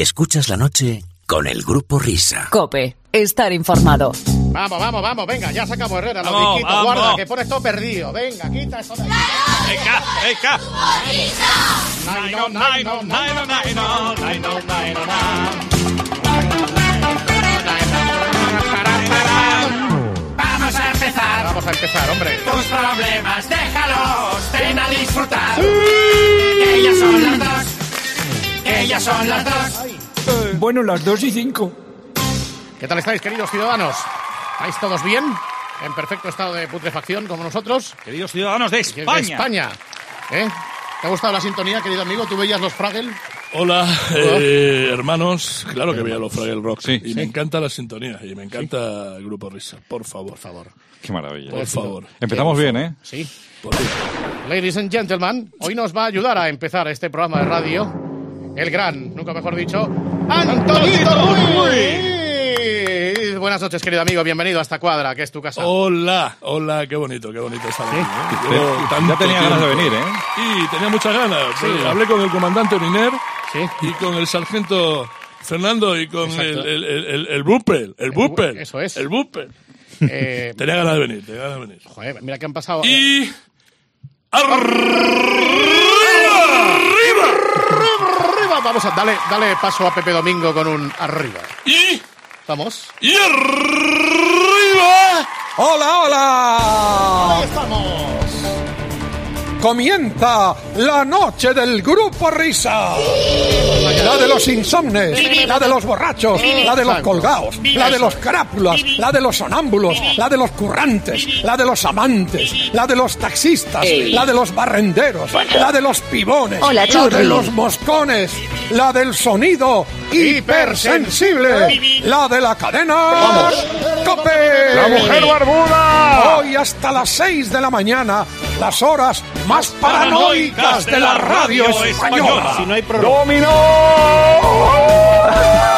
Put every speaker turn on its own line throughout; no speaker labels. Escuchas la noche con el grupo Risa.
Cope, estar informado.
Vamos, vamos, vamos, venga, ya sacamos Herrera, los
Vamos,
disquitos,
vamos.
guarda, que pone esto perdido. Venga, quita esto de aquí.
¡Eca! ¡Eca!
Nai, no, nai, no, nai, no, nai, no, nai, no, nai, no, nai.
Vamos a empezar
Vamos a empezar, hombre.
tus problemas, déjalos, ven a disfrutar. Que ya son las dos, que ya son las dos.
Bueno, las 2 y 5.
¿Qué tal estáis, queridos ciudadanos? ¿Estáis todos bien? ¿En perfecto estado de putrefacción como nosotros?
Queridos ciudadanos de
Desde
España.
España. ¿Eh? ¿Te ha gustado la sintonía, querido amigo? ¿Tú veías los Fraggle?
Hola, eh, hermanos. Claro que veía los Fraggle Rock.
Sí,
y me encanta la sintonía y me encanta el grupo Risa. Por favor, por favor.
Qué maravilla.
Por favor.
Empezamos bien, ¿eh?
Sí.
Por favor.
Ladies and gentlemen, hoy nos va a ayudar a empezar este programa de radio el gran, nunca mejor dicho, Antonito Ruiz. Buenas noches, querido amigo. Bienvenido a esta cuadra, que es tu casa.
Hola, hola, qué bonito, qué bonito estar aquí. ¿eh?
Te-
Llevo
ya
tanto
tenía ganas de
tiempo.
venir, ¿eh?
Y tenía muchas ganas. Sí, Hablé con el comandante Miner
Sí.
y con el sargento Fernando y con el,
Exacto.
el, el, el, el Bupel. El Bupel.
eso es.
El Bupel.
Eh,
Tenía ganas de venir, tenía ganas de venir.
joder, mira que han pasado. eh,
Y... ¡Arriba!
Arriba, vamos a dale, dale paso a Pepe Domingo con un arriba.
Y...
Vamos.
y arriba.
¡Hola, hola!
estamos.
Comienza la noche del grupo Risa. La de los insomnes, la de los borrachos, la de los colgados, la de los crápulas, la de los sonámbulos, la de los currantes, la de los amantes, la de los taxistas, la de los barrenderos, la de los pibones,
Hola,
la de
churri.
los moscones, la del sonido hipersensible, la de la cadena. ¡Cope!
La mujer
barbuda! Hoy hasta las 6 de la mañana, las horas más paranoicas de la radio española.
Si no hay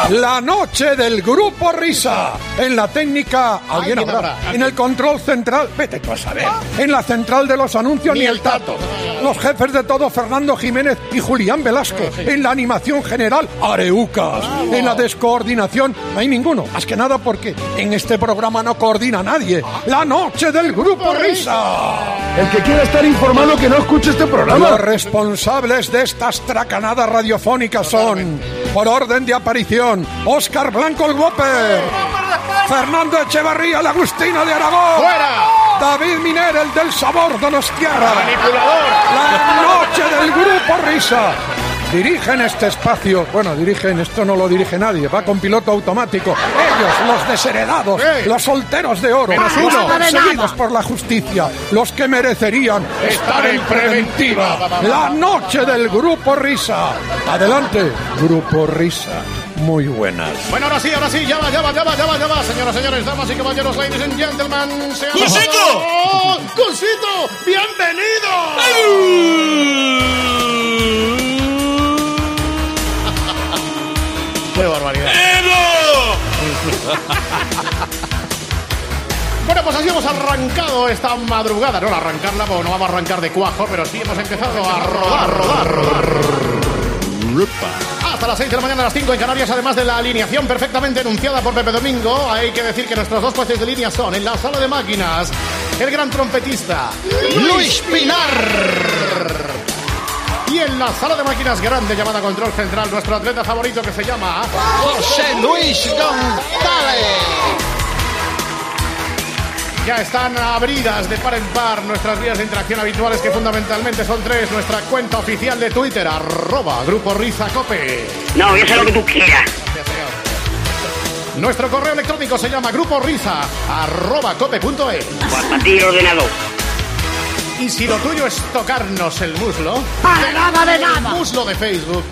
La noche del grupo Risa. En la técnica, alguien
¿quién
habrá.
habrá?
En el control central, vete tú a saber. En la central de los anuncios, Ah. ni el tato. Los jefes de todo, Fernando Jiménez y Julián Velasco. En la animación general, Areucas. En la descoordinación, no hay ninguno. Más que nada porque en este programa no coordina nadie. La noche del grupo Risa.
El que quiera estar informado que no escuche este
Los
programa.
responsables de estas tracanadas radiofónicas son, por orden de aparición, Óscar Blanco el Whopper, Fernando Echevarría el Agustino de Aragón,
¡Fuera!
David Miner el del Sabor Donostiarra,
Manipulador.
la noche del Grupo Risa. Dirigen este espacio, bueno, dirigen, esto no lo dirige nadie, va con piloto automático. Ellos, los desheredados,
¡Ey!
los solteros de oro,
Menos
los
uno.
perseguidos por la justicia, los que merecerían estar en preventiva. La noche del Grupo Risa. Adelante, Grupo Risa. Muy buenas.
Bueno, ahora sí, ahora sí, ya va, ya va, ya va, ya va, ya va, señoras, señores, damas y caballeros, ladies and gentlemen. sean
¡Cusito!
todos- ¡Cusito! ¡Bienvenido! ¡Qué barbaridad! Bueno, pues así hemos arrancado esta madrugada. No, la arrancarla, porque no vamos a arrancar de cuajo, pero sí hemos empezado a rodar, rodar, rodar. Hasta las 6 de la mañana, a las 5 en Canarias, además de la alineación perfectamente enunciada por Pepe Domingo, hay que decir que nuestros dos jueces de línea son, en la sala de máquinas, el gran trompetista Luis Pinar. Y en la sala de máquinas grande llamada Control Central, nuestro atleta favorito que se llama José Luis González. Ya están abridas de par en par nuestras vías de interacción habituales, que fundamentalmente son tres. Nuestra cuenta oficial de Twitter, arroba Grupo Riza Cope.
No, yo sé lo que tú quieras.
Nuestro correo electrónico se llama grupo risa arroba cope.es.
Pues para ti el ordenador.
Y si lo tuyo es tocarnos el muslo,
Para nada de
el
nada.
muslo de Facebook,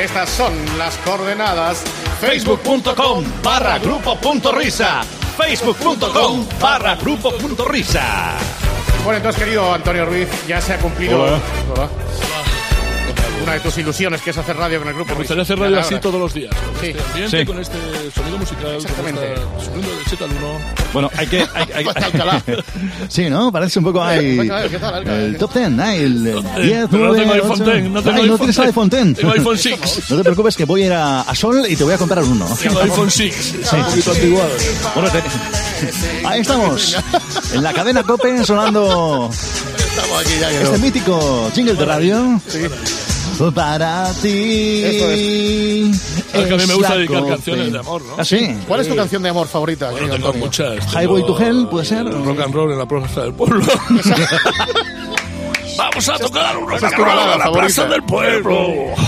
estas son las coordenadas facebook.com barra grupo punto risa.
Facebook.com barra grupo punto risa.
Bueno, entonces, querido Antonio Ruiz, ya se ha cumplido. Hola. una de tus ilusiones, que es hacer radio con el grupo.
Me gustaría
Risa.
hacer radio
Ya,
así
ahora.
todos los días. Con
Sí.
este ambiente,
Sí.
con este sonido musical,
Exactamente.
con este sonido del 7 al 1.
Bueno, hay que. Hay, hay-
Hasta Alcalá.
sí, ¿no? Parece un poco. Hay,
Venga, a ver, ¿qué tal, Alcalá?
el top 10, ¿no? El el 10,
Pero no
9, 8.
tengo iPhone 10, no tengo
Ay, no
iPhone
tienes
10.
iPhone 10.
Tengo iPhone 6.
No te preocupes que voy a ir a, a Sol y te voy a comprar uno.
Tengo iPhone 6.
Sí.
Un poquito antiguado.
Bueno, te- Ahí estamos. En la cadena Cope sonando
Estamos aquí, ya quedó.
este mítico jingle de radio. Para ti.
Eso
Es que a mí me gusta
esa
dedicar
Cope.
canciones de amor, ¿no?
¿Ah, sí?
¿Cuál es tu canción de amor favorita,
Bueno,
querido
tengo
Antonio?
muchas. tengo
Highway to Hell, ¿puede ser?
Rock and roll en la plaza del pueblo. Vamos a tocar un rock
Esa es
and
tu
roll
balada
en la
favorita.
plaza del pueblo.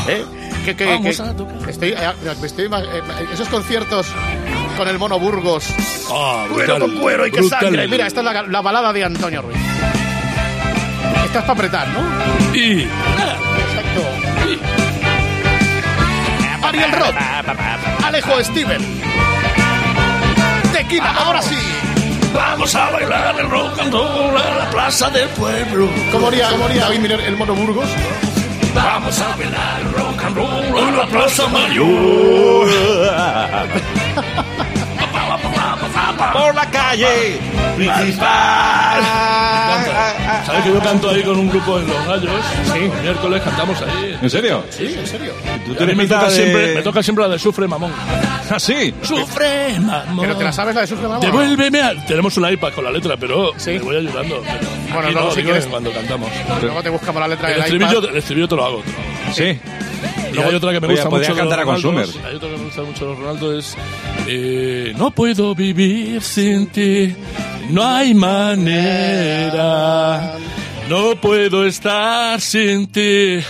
¿Eh? Que, que-
Vamos
que-
a tocar.
estoy, eh, me estoy ima- eh, esos conciertos con el mono Burgos.
Ah,
Cuero
brutal,
con cuero y que
brutal.
sangre. Mira, esta es la, la balada de Antonio Ruiz. Esta es para apretar, ¿no?
Y
Exacto. Ariel Roth. Alejo Steven.
Ah.
Tequila, ahora sí.
vamos a bailar el rock and roll en la plaza del pueblo.
¿Cómo haría, cómo haría David Miller el mono Burgos?
Vamos a bailar el rock and roll en la plaza mayor.
Por la calle principal.
¿Sabes que yo canto ahí con un grupo de los gallos? Sí. El miércoles cantamos ahí.
¿En serio?
Sí, en serio.
¿Tú
A mí
tienes
me,
pinta
toca
de-
siempre, me toca siempre la de Sufre Mamón.
Ah, sí.
Sufre Mamón.
Pero te la sabes la de Sufre Mamón.
Devuélveme a... Tenemos una iPad con la letra, pero me voy ayudando.
Bueno,
Aquí
luego si
digo
quieres-
en cuando cantamos.
Luego te buscamos la letra
El
del iPad.
estribillo, el estribillo te lo hago. te lo hago.
Sí.
Y hay otra que me
Oye,
gusta
podría
mucho. de
cantar a
los Ronaldos.
Consumers.
Hay otra que me gusta mucho de los Ronaldo es. eh, no puedo vivir sin ti, no hay manera. No puedo estar sin ti,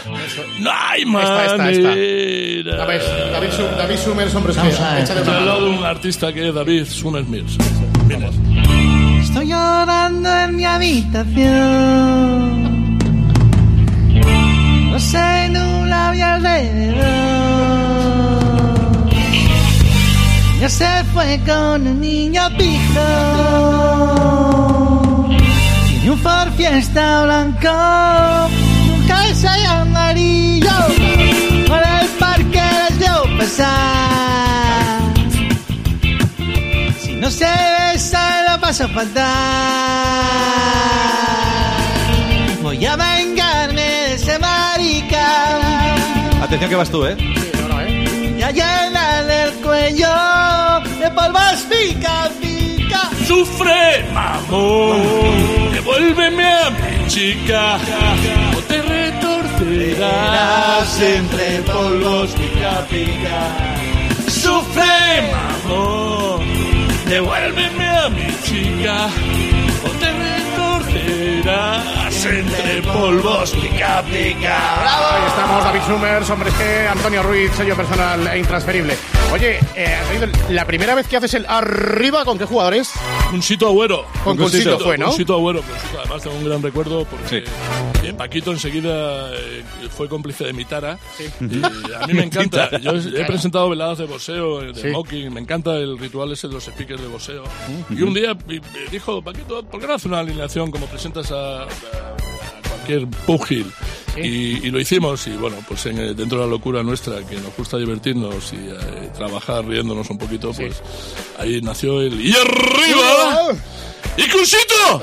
no hay
Esta,
manera.
esta, esta. A ver, David, Su- David Summers, hombre, espera,
Vamos a ver.
échale
Estoy
una
al
mano.
lado de un artista que es David Summers Mills. Mira,
Estoy llorando en mi habitación. No sé nula mi alrededor. Ya se fue con un niño pijo. Tiene un Ford Fiesta blanco. Nunca calcetín amarillo. Por el parque les dio pasar. Si no se besa, lo paso fatal. Voy a vengarme de ese marica.
Atención que vas tú, ¿eh?
Y a llenarle el cuello de polvos pica, pica.
Sufre, amor, devuélveme a mi chica, o te retorcerás entre polvos pica pica. Sufre, amor, devuélveme a mi chica, o te retorcerás entre polvos pica pica.
Ahí estamos, David Summers, hombre, es que Antonio Ruiz, sello personal e intransferible. Oye, eh, Ruiz, la primera vez que haces el arriba, ¿con qué jugadores?
Un sitio agüero.
Con Cunsito fue, ¿no?
Con Cunsito agüero. Cunsito, pues, además tengo un gran recuerdo porque eh, Paquito enseguida eh, fue cómplice de mi tara. Y a mí me encanta. Yo he he presentado veladas de boxeo, eh, de
Sí.
mocking. Me encanta el ritual ese de los speakers de boxeo. Y un día eh, dijo, Paquito, ¿por qué no haces una alineación como presentas a, a- a cualquier pugil? Y, y lo hicimos y bueno, pues en, eh, dentro de la locura nuestra, que nos gusta divertirnos y eh, trabajar riéndonos un poquito, pues ahí nació el... ¡Y arriba! ¡Y ¡Eh! Cursito!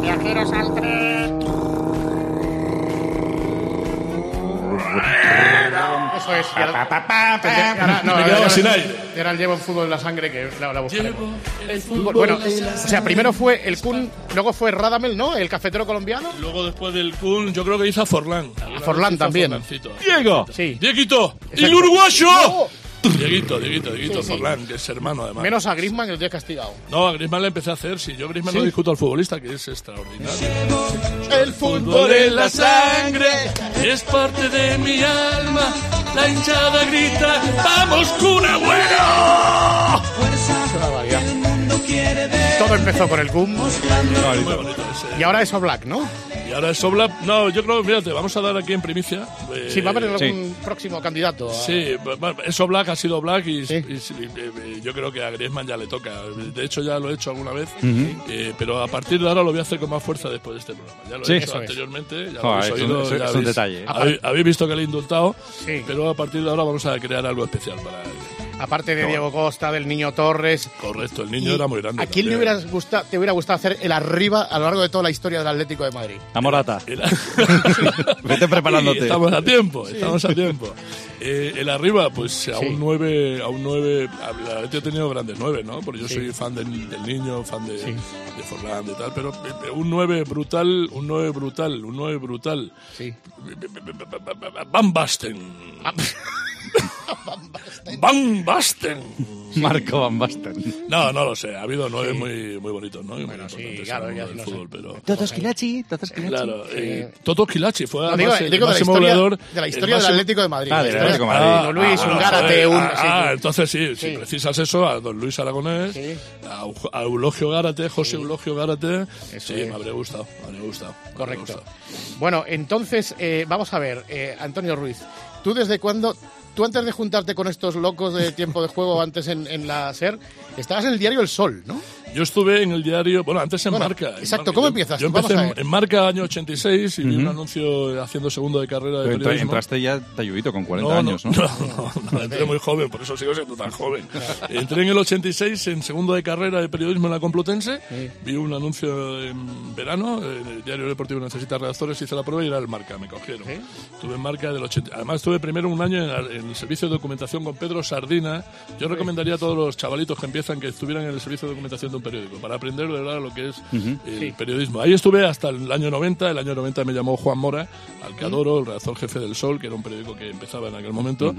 Viajeros al tren.
Eso es. y ahora- Pensé- ahora- no,
Me quedaba
era-
sin aire.
Era el Llevo en Fútbol en la Sangre, que la, la buscaré.
el
Fútbol, Bueno, o sea, primero fue el Kun, luego fue Radamel, ¿no? El cafetero colombiano.
Luego después del Kun, yo creo que hizo a Forlán. A
Forlán también.
¡Diego!
Sí.
¡Dieguito! ¡Y el
Exacto.
uruguayo!
No.
Dieguito, Dieguito, Dieguito Forlán, que es hermano además.
Menos a Griezmann, el día castigado.
No, a Griezmann le empecé a hacer. Si yo a Griezmann no discuto al futbolista, que es extraordinario.
El
Fútbol en la sangre, es parte de mi alma. La hinchada grita, ¡vamos, Kun Agüero!
Todo empezó con el cum. Y ahora es Oblak, ¿no?
Y ahora es Oblak. No, yo creo, fíjate, vamos a dar aquí en primicia. eh,
Sí, va a haber algún próximo candidato. a-
Sí, bueno, eso Black ha sido Black y, y- y- eh, yo creo que a Griezmann ya le toca. De hecho, ya lo he hecho alguna vez,
Ujú.
eh, pero a partir de ahora lo voy a hacer con más fuerza después de este programa. Ya lo
Sí.
he
Eso
hecho
es.
anteriormente, ya lo
Joder,
habéis
es un-
oído,
es un-
ya
es un
habéis-
detalle, ¿eh?
Habéis, habéis visto que le he indultado, pero a partir de ahora vamos a crear algo especial para
Aparte de
No.
Diego Costa, del niño Torres.
Correcto, el niño
Y
era muy grande.
¿A quién le
también.
hubieras gusta- te hubiera gustado hacer el arriba a lo largo de toda la historia del Atlético de Madrid?
La morata. Vete
Sí,
preparándote.
estamos a tiempo,
Sí.
estamos a tiempo. Eh, el arriba, pues a
Sí.
un 9, a un 9, a- la- yo he tenido grandes 9, ¿no? Porque yo
Sí.
soy fan del, del niño, fan de, de Forlán y tal, pero eh, un 9 brutal, un 9 brutal, un 9 brutal.
Sí. Ah.
Van Basten. Van Basten.
Marco Van Basten.
No, no lo sé. Ha habido nueve muy, muy bonitos, ¿no? Y muy importantes en
claro,
el
ya
mundo del
lo
fútbol, pero
Todos Kilachi, todos Kilachi.
Claro, eh, Toto Quilachi fue
No, digo-
además
digo
el
de la
máximo
historia-
goleador,
de la
el
historia del
máximo-
Atlético de Madrid. Ah, del Atlético de Madrid. Don Luis, un Gárate,
joder,
un-
ah,
sí,
ah,
sí.
entonces sí, si
Sí.
precisas eso, a Don Luis Aragonés, a, Euge- a Eulogio Gárate, José Eulogio Gárate, sí,
es.
me habría gustado, me habría gustado. me habría
Correcto.
gustado.
Bueno, entonces, eh, vamos a ver, eh, Antonio Ruiz, ¿tú desde cuándo, tú antes de juntarte con estos locos de tiempo de juego antes en, en la SER, estabas en el diario El Sol, ¿no?
Yo estuve en el diario, bueno, antes en
Bueno,
Marca. en
exacto,
Marca.
¿cómo
Yo-
empiezas?
Yo
Vamos
empecé
a
en,
ver.
en Marca año 86 y vi un anuncio haciendo segundo de carrera de
Pero entra-
periodismo.
entraste ya talludito con 40
No,
años, ¿no?
No, no, entré muy joven, Ah, por eso sigo siendo tan joven. Entré en el 86 en segundo de carrera de periodismo en la Complutense. Vi un anuncio en verano, eh, el diario deportivo necesita redactores, hice la prueba y era el marca, me cogieron. Estuve en marca del 80. Además, estuve primero un año en, la- en el servicio de documentación con Pedro Sardina. Yo recomendaría a todos los chavalitos que empiezan que estuvieran en el servicio de documentación de un periódico para aprender de verdad lo que es
Ujú.
el periodismo. Ahí estuve hasta el año 90. El año 90 me llamó Juan Mora, al
¿Mm?
que adoro, el redactor jefe del Sol, que era un periódico que empezaba en aquel momento.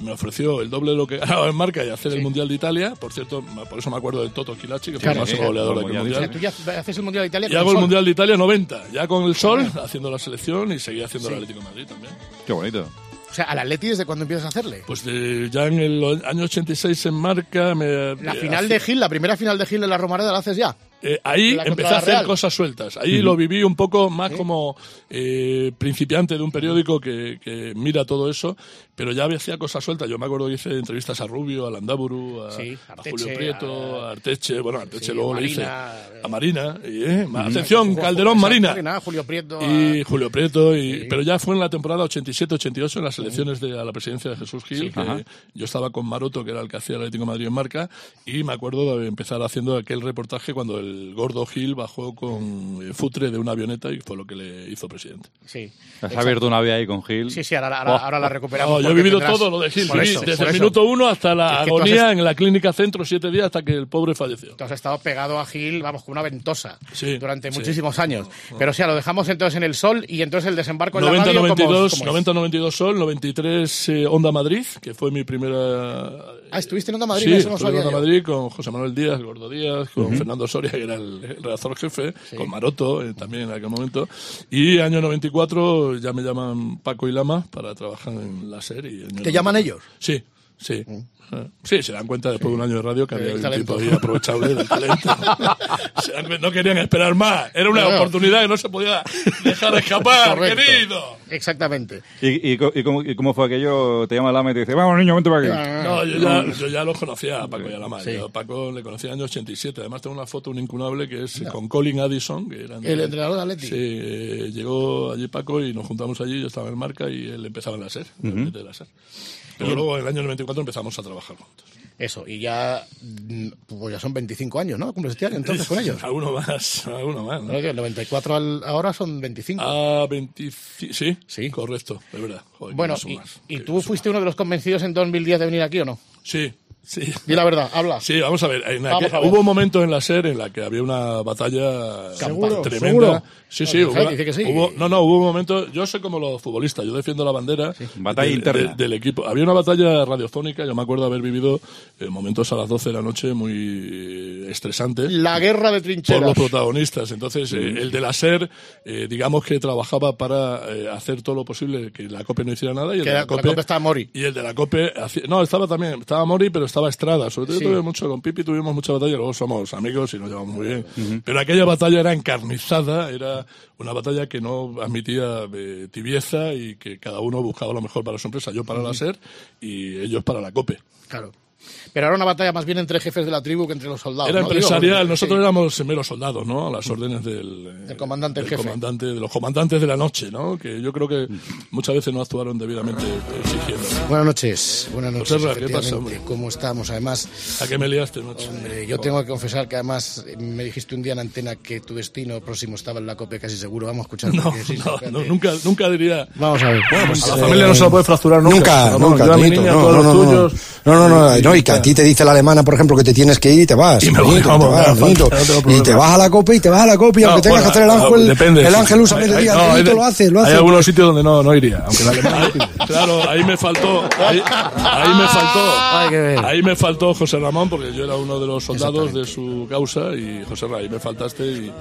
Me ofreció el doble de lo que ganaba en marca y hacer el Mundial de Italia. Por cierto, ma- por eso me acuerdo de Toto Kilachi, que fue
Claro.
el máximo goleador de aquel
O sea, tú
Mundial.
ya haces el Mundial de Italia
Y
con
hago el
Sol.
Mundial de Italia 90, ya con el Sol, haciendo la selección y seguía haciendo
Sí.
el Atlético de Madrid también.
Qué bonito.
O sea, ¿al Atleti desde cuándo empiezas a hacerle?
Pues de- ya en el o- año 86 en marca. Me,
La final de Gil, la primera final de Gil de la Romareda la haces ya.
Eh, ahí
La
empecé
contra
a
la
hacer
Real.
cosas sueltas. Ahí
Ujú.
lo viví un poco más como eh, principiante de un periódico que, que mira todo eso, pero ya hacía cosas sueltas. Yo me acuerdo que hice entrevistas a Rubio, a Landaburu, a,
Sí,
a
Arteche,
Julio Prieto, a, Arteche, bueno, a Arteche
sí,
luego
a
le hice
Marina,
a Marina. y, eh, ma-
Ju-
Atención,
Ju-
Calderón
Ju-
Marina.
Julio Prieto.
Y Julio Prieto, y, pero ya fue en la temporada 87-88, en las elecciones de, a la presidencia de Jesús Gil, que
Ajá.
yo estaba con Maroto, que era el que hacía el Atlético de Madrid en marca, y me acuerdo de empezar haciendo aquel reportaje cuando el gordo Gil bajó con eh, futre de una avioneta y fue lo que le hizo presidente.
Sí.
Has abierto una vía ahí con Gil.
Sí, sí, ahora, ahora-
Oh.
ahora la recuperamos.
No, yo he
porque
vivido
tendrás-
todo lo de Gil,
Por
viví
eso,
desde
por
el
eso.
minuto uno hasta la
Es que tú has
agonía
est-
en la clínica centro, siete días hasta que el pobre falleció.
Tú has estado pegado a Gil, vamos, con una ventosa
Sí,
durante
sí. Ah,
muchísimos años. Pero o sea, lo dejamos entonces en el sol y entonces el desembarco en la radio
90-92
como,
90-92 Sol, 93 eh, Onda Madrid, que fue mi primera
Ah, estuviste en Onda Madrid,
sí,
eso no
estuve en
sabía
Onda
yo.
Madrid con José Manuel Díaz, Gordo Díaz, con Fernando Soria, que era el, el redactor jefe, con Maroto eh, también en aquel momento. Y año 94 ya me llaman Paco y Lama para trabajar en la serie.
¿Te llaman ellos?
Sí, sí.
Mm.
Ah, Sí, se dan cuenta después de un año de radio que
Del
había un
talento.
tipo ahí aprovechable del talento. Se dan cuenta, no querían esperar más. Era una
Claro.
oportunidad que no se podía dejar escapar,
Correcto.
querido.
Exactamente.
¿Y, y, co- y cómo, y cómo fue aquello? Te llama Lama y te dice, vamos niño, vente
Ah,
para aquí.
No, yo ya, yo ya los conocía a Paco y a la madre. Yo a Paco le conocía en el año 87. Además, tengo una foto, un incunable, que es eh, con Colin Addison, que era
El entrenador de Atleti.
Sí, eh, llegó allí Paco y nos juntamos allí. Yo estaba en marca y él empezaba en la SER. en el
Ujú.
ambiente de la SER. Pero luego, en el año 94, empezamos a trabajar juntos.
Eso, y ya, mm, pues ya son 25 años, ¿no? Cumples este año entonces con ellos.
Alguno más, alguno más. ¿no?
Creo que el 94 al- ahora son 25.
Ah, 25. Sí, sí, correcto, de verdad. Joder,
bueno,
que me
y,
sumas.
y tú fuiste uno de los convencidos en 2010 de venir aquí o no?
Sí, sí.
Di la verdad, habla.
Sí, vamos a ver. en
Vamos
aquel-
a ver.
Hubo momentos en la SER en la que había una batalla
Seguro,
tremenda.
seguro.
Sí,
No,
sí,
dice-
hubo, una-
dice que sí.
hubo- No, no, hubo un momento. Yo soy como los futbolistas, yo defiendo la bandera.
batalla
de-
interna.
de- del equipo. Había una batalla radiofónica, yo me acuerdo haber vivido eh, momentos a las 12 de la noche muy eh, estresantes
La guerra de
por
trincheras.
los protagonistas. Entonces, eh, el de la SER, eh, digamos que trabajaba para eh, hacer todo lo posible que la COPE no hiciera nada. Y el
Que
de
la-
la,
la COPE estaba Mori.
Y el de la COPE. hacía- no, estaba también, estaba Mori, pero estaba Estrada. Sobre todo
Sí.
yo tuve mucho con Pipi, tuvimos mucha batalla, luego somos amigos y nos llevamos muy bien. Pero aquella batalla era encarnizada, era una batalla que no admitía eh, tibieza y que cada uno buscaba lo mejor para su empresa. Yo para la SER y ellos para la COPE.
Claro. Pero era una batalla más bien entre jefes de la tribu que entre los soldados.
Era
Ah, ¿no?
empresarial,
Digo,
nosotros
sí,
éramos meros soldados, ¿no? A las órdenes del, eh,
del comandante, el
del
jefe.
comandante, de los comandantes de la noche, ¿no? Que yo creo que muchas veces no actuaron debidamente exigiendo.
Buenas noches, buenas noches.
Joseba, ¿qué pasa,
efectivamente. ¿Cómo estamos? Además,
¿A qué me liaste, macho?
hombre, yo tengo que confesar que además eh, me dijiste un día en antena que tu destino próximo estaba en la COPE, casi seguro. Vamos a escuchar.
No,
porque sí, sí,
no,
espérate.
no, nunca, nunca diría.
Vamos a ver.
Bueno, pues,
A
a
la
la
Eh,
familia no se la puede fracturar nunca.
Nunca, nunca,
yo a mi
Toñito.
niña,
No,
todos
no,
los
no, no.
tuyos.
No, no, no, no, y que a ti te dice la alemana, por ejemplo, que te tienes que ir y te vas.
Y me voy,
Toñito,
vamos,
te vas,
no,
Toñito.
no tengo
y
problema.
te vas a la copa y te vas a la copa y aunque tengas
bueno,
que hacer el
no,
ángel,
depende,
el
sí.
ángel usa
Hay-
medio
hay-
día,
no, hay
Toñito
de-
lo hace, lo hace.
Hay algunos sitios donde no, no iría, aunque la alemana- Claro, ahí me faltó, ahí, ahí me
Ah,
faltó, ahí me faltó José Ramón porque yo era uno de los soldados de su causa y José Ramón, ahí me faltaste y,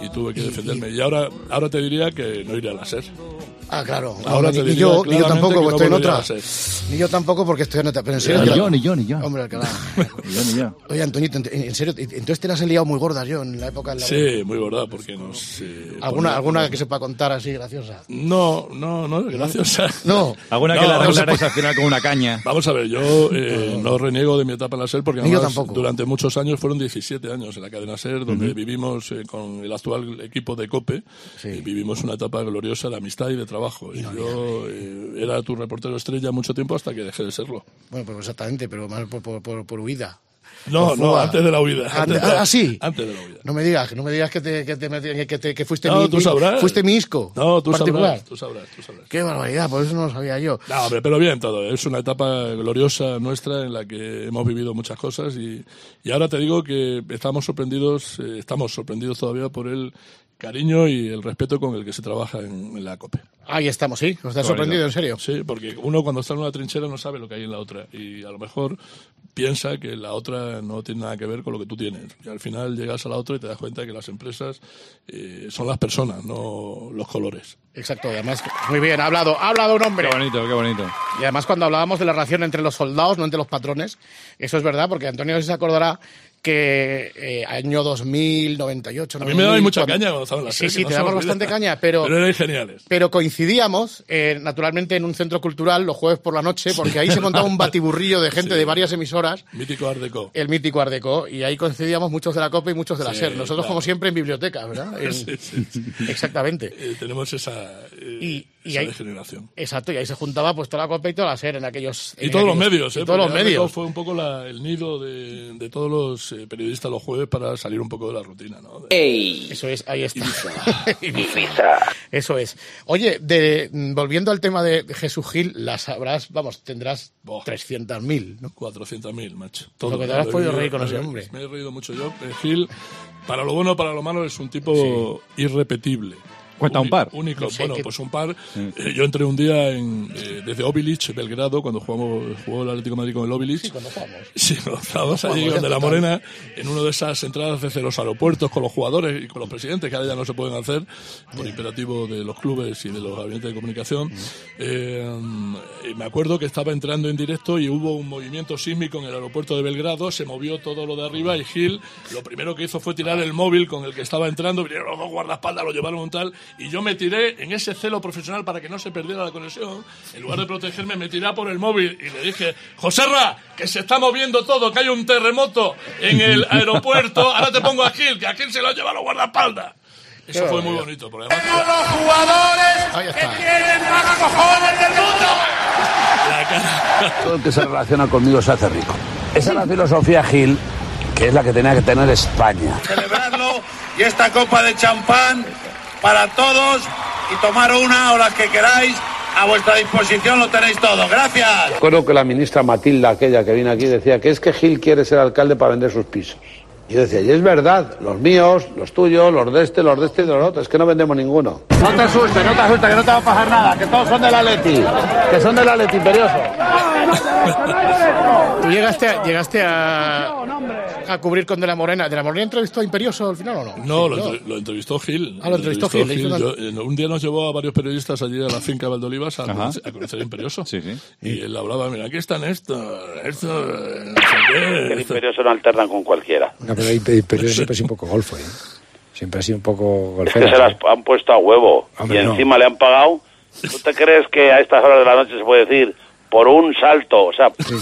y tuve que defenderme. Y ahora, ahora te diría que no iría a la SER.
Ah, claro.
Ahora
Ahora
te
ni
diría
yo, ni yo
claramente
tampoco,
que
porque
no
estoy en
volvería
otra.
a ser.
Ni yo tampoco, porque estoy en otra. Pero en serio.
Ni
te la-
yo, ni yo, ni yo.
Hombre, Alcalá.
Ni yo, ni yo.
Oye, Antonito, en- en serio, entonces te las he liado muy gordas yo en la época. En la
Sí, muy verdad, porque nos... eh,
¿Alguna,
ponía-
alguna que sepa contar así graciosa?
No, no, no, graciosa.
No.
Alguna que
No,
la
no se
arreglaréis
puede.
al final con una caña.
Vamos a ver, yo eh, no reniego de mi etapa en la SER porque
Ni yo
además
tampoco.
durante muchos años, fueron 17 años en la cadena SER, donde vivimos eh, con el actual equipo de COPE, eh, vivimos una etapa gloriosa de amistad y de trabajo. Y yo eh, era tu reportero estrella mucho tiempo hasta que dejé de serlo.
Bueno, pues exactamente, pero más por, por, por, por huida.
No,
Por
no,
Pues fuga.
antes de la huida.
Ah,
Antes de-
ah, sí.
Antes de la huida.
No me digas, no me digas que te, que te, meti- que te- que fuiste
No,
mi,
tú
mi-
sabrás.
fuiste mi isco.
No, tú
particular.
sabrás, tú sabrás, tú sabrás.
Qué barbaridad, por eso no lo sabía yo.
No, hombre, pero bien todo. ¿eh? Es una etapa gloriosa nuestra en la que hemos vivido muchas cosas y, y ahora te digo que estamos sorprendidos, eh, estamos sorprendidos todavía por el cariño y el respeto con el que se trabaja en, en la COPE.
Ahí estamos, sí. Os está sorprendido, en serio.
Sí, porque uno cuando está en una trinchera no sabe lo que hay en la otra y a lo mejor piensa que la otra no tiene nada que ver con lo que tú tienes. Y al final llegas a la otra y te das cuenta que las empresas eh, son las personas, no los colores.
Exacto, y además, muy bien, ha hablado, ha hablado un hombre.
Qué bonito, qué bonito.
Y además cuando hablábamos de la relación entre los soldados, no entre los patrones, eso es verdad, porque Antonio se acordará que eh, año 2000, 98...
A mí me daba
2000,
mucha
cuando-
caña cuando estaba en la
Sí,
SER,
sí,
que no
te
se me
damos
olvida.
bastante caña, pero...
Pero eran geniales.
Pero coincidíamos, eh, naturalmente, en un centro cultural los jueves por la noche, porque ahí se montaba un batiburrillo de gente de varias emisoras,
Mítico Art Deco.
el mítico Ardeco, y ahí coincidíamos muchos de la COPE y muchos de la
Sí,
SER. Nosotros,
claro.
como siempre, en bibliotecas, ¿verdad? En-
Sí, sí, sí.
Exactamente.
Eh, tenemos esa, eh,
Y- y
esa
hay-
degeneración.
Exacto, y ahí se juntaba pues toda la COPE y toda la SER en aquellos...
Y
en
todos los
aquellos-
medios, ¿eh?
Y todos los
Porque Arreco
medios.
Fue un poco la- el nido de, de todos los eh, periodistas los jueves para salir un poco de la rutina, ¿no? De-
Eso es, ahí está. Eso es. Oye, de, mm, volviendo al tema de Jesús Gil, las sabrás, vamos, tendrás 300.000, ¿no?
400.000, macho.
Lo que te habrás
he
podido
vivido,
reír con ese
eh,
hombre.
Me he reído mucho yo. Eh, Gil, para lo bueno, para lo malo, es un tipo irrepetible.
Cuenta un
Único-
par.
Único.
No sé
bueno,
qué-
pues un par. Eh, yo entré un día en, eh, desde Obilich, Belgrado, cuando jugamos, jugó el Atlético de Madrid con el Obilich. Sí,
cuando jugamos.
estábamos allí
Vamos, ya
de la
está.
Morena, en una de esas entradas desde los aeropuertos con los jugadores y con los presidentes, que ahora ya no se pueden hacer por imperativo de los clubes y de los gabinetes de comunicación. Eh, y me acuerdo que estaba entrando en directo y hubo un movimiento sísmico en el aeropuerto de Belgrado, se movió todo lo de arriba y Gil lo primero que hizo fue tirar el móvil con el que estaba entrando, vinieron los dos guardaespaldas, lo llevaron un tal, y yo me tiré en ese celo profesional para que no se perdiera la conexión, en lugar de protegerme, me tiré a por el móvil y le dije, Joserra, que se está moviendo todo, que hay un terremoto en el aeropuerto, ahora te pongo a Gil, que a Gil se lo llevan los guardaespaldas. Eso fue muy bonito, porque además
Ahí está.
la cara...
Todo el que se relaciona conmigo se hace rico. Esa es la filosofía Gil, que es la que tenía que tener España.
celebrarlo y esta copa de champán para todos y tomar una o las que queráis a vuestra disposición lo tenéis todo. Gracias.
Recuerdo que la ministra Matilda, aquella que vino aquí, decía que es que Gil quiere ser alcalde para vender sus pisos. Y yo decía, y es verdad, los míos, los tuyos, los de este, los de este y de los otros, es que no vendemos ninguno.
No te asustes, no te asustes, que no te va a pasar nada, que todos son de la Leti, que son de la Leti, imperioso.
Tú llegaste a, llegaste a, a cubrir con De la Morena. ¿De la Morena entrevistó a Imperioso al final o no?
No, lo, entre- lo entrevistó Gil.
Ah, lo entrevistó Gil, le hizo una-
Yo, eh, un día nos llevó a varios periodistas allí a la finca Valdolivas a, conocer- a conocer a Imperioso. Y él hablaba, mira, aquí están estos, estos, eh, no sé qué,
El
estos".
imperioso no alternan con cualquiera.
No, pero ahí, pe- pero siempre ha sido un poco golfo, ¿eh? Siempre ha sido un poco
Es que
golfero.
se las han puesto a huevo
Hombre,
y
no.
encima le han pagado. ¿Tú te crees que a estas horas de la noche se puede decir por un salto? O sea, l-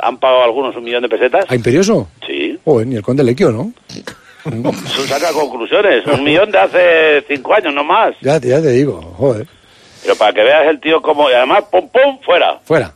¿han pagado algunos un millón de
¿A
pesetas?
¿Ah, Imperioso?
Sí.
Joder, ni el conde Lequio, ¿no?
Eso saca conclusiones. Un millón de hace cinco años, no más.
Ya, te- ya te digo, joder.
Pero para que veas el tío como... Y además, pum, pum, fuera.
Fuera.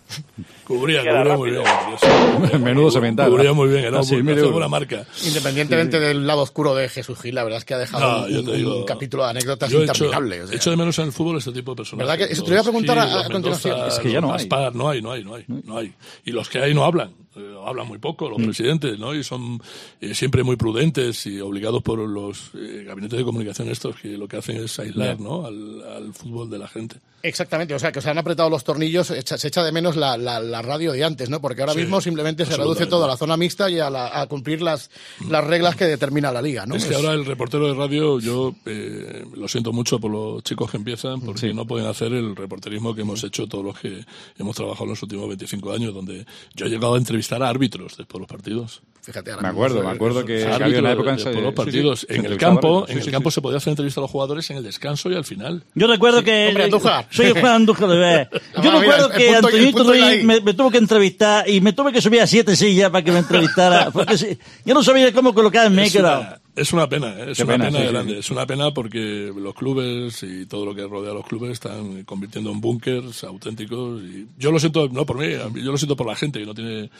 Cubría, cubría muy bien. Menudo
semental.
Cubría muy bien, era
Ah, sí,
muy-
mil
hacía
euros.
buena marca.
Independientemente del lado oscuro de Jesús Gil, la verdad es que ha dejado
No,
un,
yo Ah, te
un
digo,
capítulo de anécdotas
Yo he hecho,
interminables.
he hecho de menos en el fútbol este tipo de personajes.
¿Verdad que- eso te lo iba a preguntar
Los
a- a
Gil, los
continuación. ¿Mm?
Mendoza,
Es que ya
los
no hay.
Gaspar, no hay, no hay, no hay, no hay. Y los que hay no hablan, eh, hablan muy poco los presidentes, ¿no? Y son eh, siempre muy prudentes y obligados por los eh, gabinetes de comunicación estos que lo que hacen es aislar,
Ya.
¿no? Al, al fútbol de la gente.
Exactamente, o sea, que se han apretado los tornillos, echa- se echa de menos la, la- la radio de antes, ¿no? Porque ahora
Sí,
mismo simplemente se
absolutamente.
reduce todo a la zona mixta y a, la- a cumplir las, las reglas que determina la liga, ¿no?
Es que
Es-
ahora el reportero de radio, yo eh, lo siento mucho por los chicos que empiezan, porque no pueden hacer el reporterismo que hemos hecho todos los que hemos trabajado en los últimos 25 años, donde yo he llegado a entrevistar a árbitros después de los partidos.
Fíjate,
ahora Me acuerdo, mismo, me acuerdo que
Árbitros
había una época en-
después de
sí,
los
sí,
partidos.
se
en el
entrevistaban,
campo,
sí,
en el
sí,
campo se podía hacer entrevista a los jugadores en el descanso y al final.
Yo recuerdo que.
Hombre, Andújar.
Soy Juan Andújar de Bea. Yo
Ah, mira,
recuerdo
el
que
punto- el
Antonito
punto de
Ruiz
ahí.
me, me tuvo que entrevistar y me tuve que subir a siete sillas para que me entrevistara. Porque si- yo no sabía cómo colocar el
Es
micro.
una, es una pena, ¿eh? es
Qué
una
pena,
pena,
sí, sí,
grande.
sí.
Es una pena porque los clubes y todo lo que rodea a los clubes están convirtiendo en búnkers auténticos. Y yo lo siento, no por mí, a mí- yo lo siento por la gente que no tiene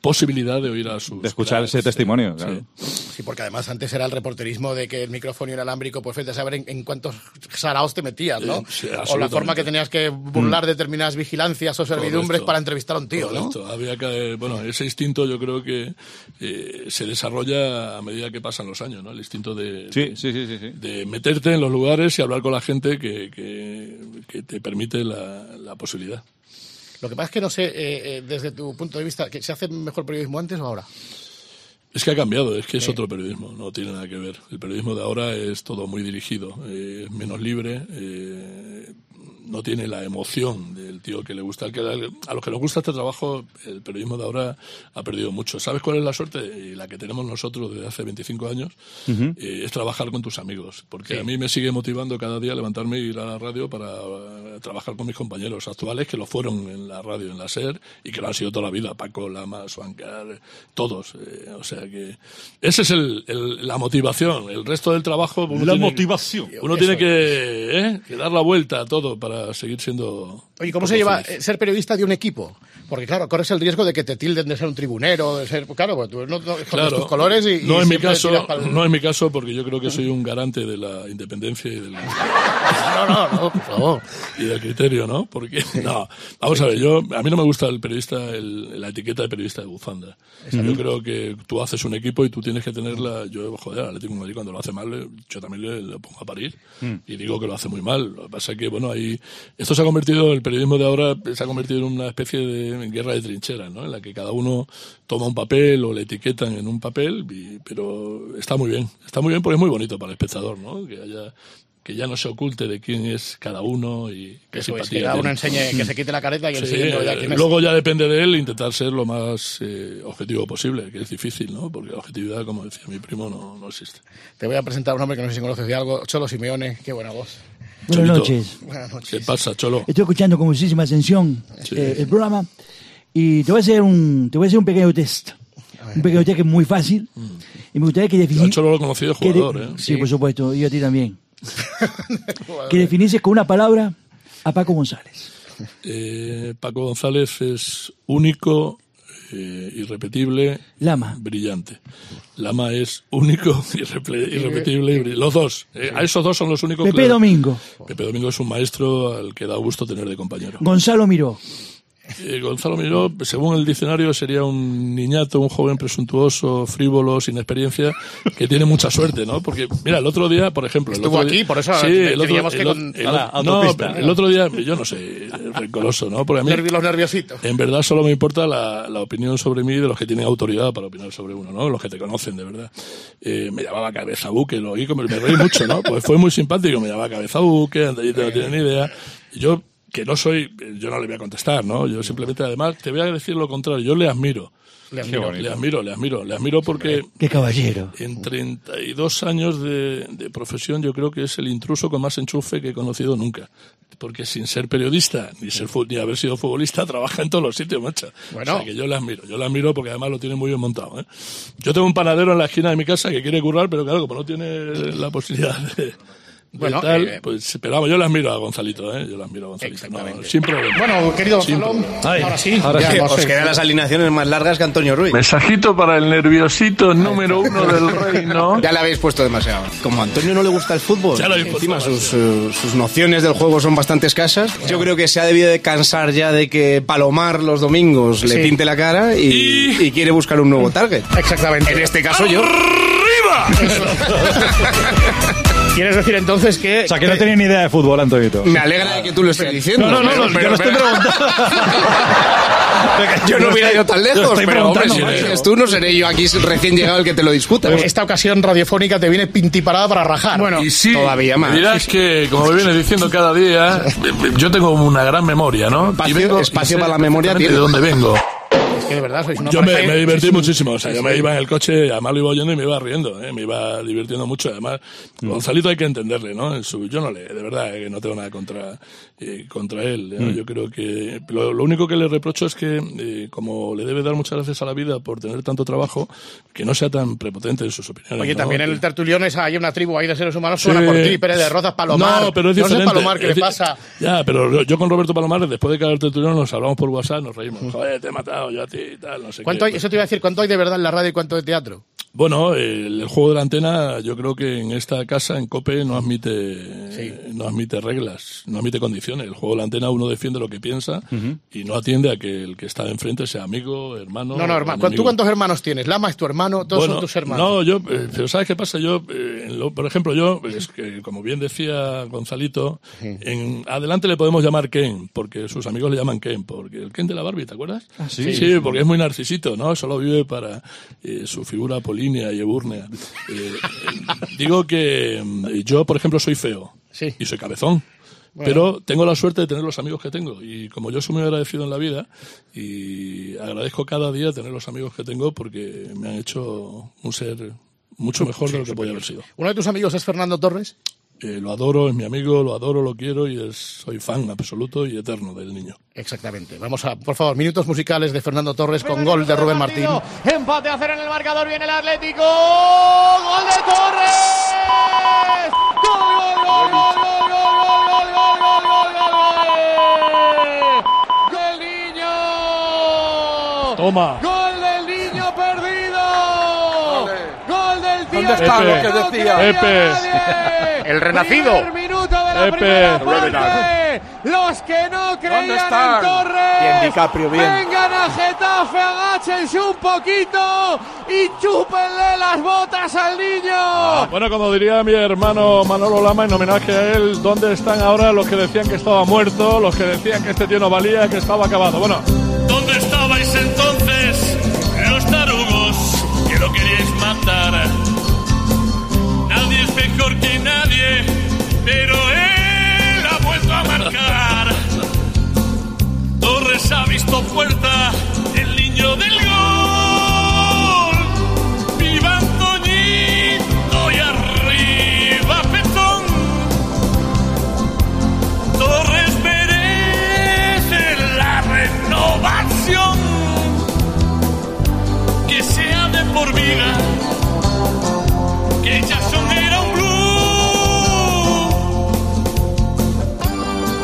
posibilidad de oír a sus.
De escuchar ese testimonio, claro.
Sí, porque además antes era el reporterismo de que el micrófono inalámbrico, pues vete a saber en, en cuántos saraos te metías, ¿no?
Eh, sí,
o la
absolutamente. Mm.
forma que tenías que burlar determinadas vigilancias o servidumbres
Correcto.
para entrevistar a un tío, ¿no?
Correcto. Había que- bueno, ese instinto yo creo que eh, se desarrolla a medida que pasan los años, ¿no? El instinto de,
Sí, sí, sí, sí, sí.
de meterte en los lugares y hablar con la gente que, que- que te permite la- la posibilidad.
Lo que pasa es que no sé, eh, eh, desde tu punto de vista, ¿que ¿se hace mejor periodismo antes o ahora?
Es que ha cambiado, es que es otro periodismo, no tiene nada que ver. El periodismo de ahora es todo muy dirigido, eh, es menos libre, eh, no tiene la emoción del tío que le gusta. Al que- A los que nos gusta este trabajo, el periodismo de ahora ha perdido mucho. ¿Sabes cuál es la suerte? Y la que tenemos nosotros desde hace 25 años, eh, es trabajar con tus amigos, porque
Sí.
a mí me sigue motivando cada día levantarme y ir a la radio para eh, trabajar con mis compañeros actuales que lo fueron en la radio, en la SER, y que lo han sido toda la vida, Paco, Lama, Suancar, eh, todos. eh, o sea que esa es el- el- la motivación, el resto del trabajo... uno
La
tiene-
motivación.
Uno
Eso
tiene que, eh, que dar la vuelta a todo para seguir siendo...
Oye, ¿cómo
un
se
poco
lleva
feliz.
eh, ser periodista de un equipo? Porque claro, corres el riesgo de que te tilden de ser un tribunero, de ser, claro, pues tú no, no- con
Claro.
tus colores y... y
no es mi
siempre
caso
tiras pa'l-
no es mi caso porque yo creo que soy un garante de la independencia y del
no no no por favor
y del criterio no porque no vamos a ver yo a mí no me gusta el periodista el- la etiqueta de periodista de bufanda
Exacto.
yo creo que tú haces un equipo y tú tienes que tenerla yo joder al Atlético de Madrid cuando lo hace mal eh, yo también le, le pongo a parir
Mm.
y digo que lo hace muy mal. Lo que pasa es que, bueno, ahí, esto se ha convertido, el periodismo de ahora se ha convertido en una especie de guerra de trincheras, ¿no? En la que cada uno toma un papel o le etiquetan en un papel, y- pero está muy bien. Está muy bien porque es muy bonito para el espectador, ¿no? Que haya, que ya no se oculte de quién es cada uno y qué
Eso es,
simpatía
que cada uno
tiene.
enseñe, que se quite la careta y el
Sí,
siguiente ya quién
eh,
es.
luego ya depende de él intentar ser lo más eh, objetivo posible, que es difícil, ¿no? Porque la objetividad, como decía mi primo, no, no existe.
Te voy a presentar a un hombre que no sé si conoces de algo, Cholo Simeone, qué buena voz.
Buenas
Cholito,
noches.
¿Qué pasa, Cholo?
Estoy escuchando con muchísima atención
Sí.
eh, el programa y te voy a hacer un, te voy a hacer un pequeño test. Un pequeño test que es muy fácil y me gustaría que
Mm. Yo a
defini-
Cholo lo conocí de
que de-
jugador, ¿eh?
Sí, por supuesto, y yo a ti también. que definices con una palabra a Paco González.
Eh, Paco González es único, eh, irrepetible,
Lama.
brillante. Lama es único, irreple- irrepetible y brillante. Los dos. Eh, a esos dos son los únicos.
Pepe
claro.
Domingo.
Pepe Domingo es un maestro al que da gusto tener de compañero.
Gonzalo Miró.
Eh, Gonzalo Miró, según el diccionario, sería un niñato, un joven presuntuoso, frívolo, sin experiencia, que tiene mucha suerte, ¿no? Porque, mira, el otro día, por ejemplo. el
Estuvo
otro
aquí,
día-
por eso
Sí,
te-
el otro,
teníamos que
el o-
con-
el o-
Ala,
no,
autopista.
pero el otro día, yo no sé, recoloso, ¿no? Porque a mí,
Nervi- los nerviositos.
en verdad, solo me importa la, la opinión sobre mí de los que tienen autoridad para opinar sobre uno, ¿no? Los que te conocen, de verdad. Eh, me llamaba Cabeza Buque, lo oí como me reí mucho, ¿no? Pues fue muy simpático, me llamaba Cabeza Buque, Andrés no tiene ni idea. Y Yo, que no soy, yo no le voy a contestar, ¿no? Yo simplemente, además, te voy a decir lo contrario, yo le admiro.
Le
admiro. Qué bonito.
le admiro, le admiro, le admiro porque...
Qué caballero.
En 32 años de, de profesión, yo creo que es el intruso con más enchufe que he conocido nunca. Porque sin ser periodista, ni, ser, fu- ni haber sido futbolista, trabaja en todos los sitios, macho.
Bueno.
O sea, que yo las miro. Yo las miro porque además lo tiene muy bien montado. ¿eh? Yo tengo un panadero en la esquina de mi casa que quiere currar, pero claro, como no tiene la posibilidad de... de
Bueno,
tal,
eh,
pues, pero vamos, yo las miro a Gonzalito, ¿eh? Yo las miro a Gonzalito. No, sin problema.
Bueno, querido
Sin
Gonzalo,
problema.
ahora sí.
Ahora
ya
sí,
hemos-
os quedan las alineaciones más largas que Antonio Ruiz.
Mensajito para el nerviosito número uno del reino.
Ya le habéis puesto demasiado. Como a Antonio no le gusta el fútbol,
Ya lo habéis
encima
puesto
sus, eh, sus nociones del juego son bastante escasas. Yo creo que se ha debido de cansar ya de que Palomar los domingos le
Sí.
pinte la cara y, y quiere buscar un nuevo target.
Exactamente.
En este caso yo.
¿Quieres decir entonces que...
O sea, que no tenía ni idea de fútbol, Antonito.
Me alegra de que tú lo estés diciendo.
No, no, no, no, yo lo estoy
Yo no hubiera ido tan
Lo
lejos,
estoy
pero hombre, si
preguntando, ¿eh?
lo
macho.
dices tú, no seré yo aquí recién llegado el que te lo discuta.
Esta ocasión radiofónica te viene pintiparada para rajar. Bueno,
Y sí,
todavía más.
me Dirás que, como me vienes diciendo cada día, yo tengo una gran memoria, ¿no?
Espacio- espacio
y sé
para la memoria
perfectamente
tiene.
de dónde vengo.
es que de verdad sois una
Yo me,
pareja-
me divertí muchísimo, o sea, yo me iba en el coche, además lo iba oyendo y me iba riendo, ¿eh? me iba divirtiendo mucho. Además, Gonzalito hay que entenderle, ¿no? En su- yo no le, de verdad, eh, que no tengo nada contra, eh, contra él. ¿no? Yo creo que lo, lo único que le reprocho es que, eh, como le debe dar muchas gracias a la vida por tener tanto trabajo, que no sea tan prepotente en sus opiniones.
Oye,
¿no?
también en el tertulión esa, hay una tribu ahí de seres humanos,
Sí.
suena por ti, Pérez de Rozas, Palomar.
No, pero es diferente.
No sé Palomar qué
Es
le
di-
pasa.
Ya, pero yo, yo con Roberto Palomares, después de cada tertuliano, nos hablamos por WhatsApp, nos reímos. Joder, te he matado yo a ti y tal, no sé
¿Cuánto
qué. Pues
hay, eso te iba a decir, ¿cuánto hay de verdad en la radio y cuánto de teatro?
Bueno, el, el juego de la antena, yo creo que en esta casa, en COPE, no admite, no admite reglas, no admite condiciones. El juego de la antena uno defiende lo que piensa y no atiende a que el que está de enfrente sea amigo, hermano.
No, no,
o
hermano. ¿Tú
enemigo.
cuántos hermanos tienes? Lama es tu hermano, todos
Bueno,
son tus hermanos.
No, yo, eh, pero ¿sabes qué pasa? Yo, eh, en lo- por ejemplo, yo, es que, como bien decía Gonzalito, en adelante le podemos llamar Ken, porque sus amigos le llaman Ken, porque el Ken de la Barbie, ¿te acuerdas?
Ah, sí.
sí, porque es muy narcisito, ¿no? Solo vive para eh, su figura polínea y ebúrnea. Eh, eh, digo que mm, yo, por ejemplo, soy feo
Sí.
y soy cabezón.
Bueno.
Pero tengo la suerte de tener los amigos que tengo. Y como yo soy muy agradecido en la vida, y agradezco cada día tener los amigos que tengo porque me han hecho un ser mucho mejor de lo que podía haber sido.
¿Uno de tus amigos es Fernando Torres?
Eh, lo adoro, es mi amigo, lo adoro, lo quiero y es- soy fan absoluto y eterno del niño.
Exactamente. Vamos a, por favor, minutos musicales de Fernando Torres con gol de Rubén Martín.
Empate a cero en el marcador, viene el Atlético. ¡Gol de Torres! ¡Gol, gol, gol, gol, gol, gol, gol, gol, gol, gol, gol, gol, gol! ¡Gol niño!
Toma.
¡Gol del niño perdido! ¡Gol del tío!
¿Dónde está
que
lo
no
que
creía
decía?
nadie!
El renacido.
Primer minuto de la
Pepe.
primera
Rubén
parte. Los que no creían en
están?
Torres.
Bien, DiCaprio, bien.
Vengan a Getafe, agáchense un poquito y chúpenle las botas al niño.
Bueno, como diría mi hermano Manolo Lama, en homenaje a él, ¿dónde están ahora los que decían que estaba muerto, los que decían que este tío no valía, que estaba acabado? Bueno,
¿Dónde estabais entonces, los tarugos que lo queríais matar? Nadie es mejor que nadie, pero él ha vuelto a marcar. Torres ha visto puerta, el niño del gol. ¡Viva Antoñito y arriba Petón! Torres merece la renovación que sea de por vida que Jackson era un blues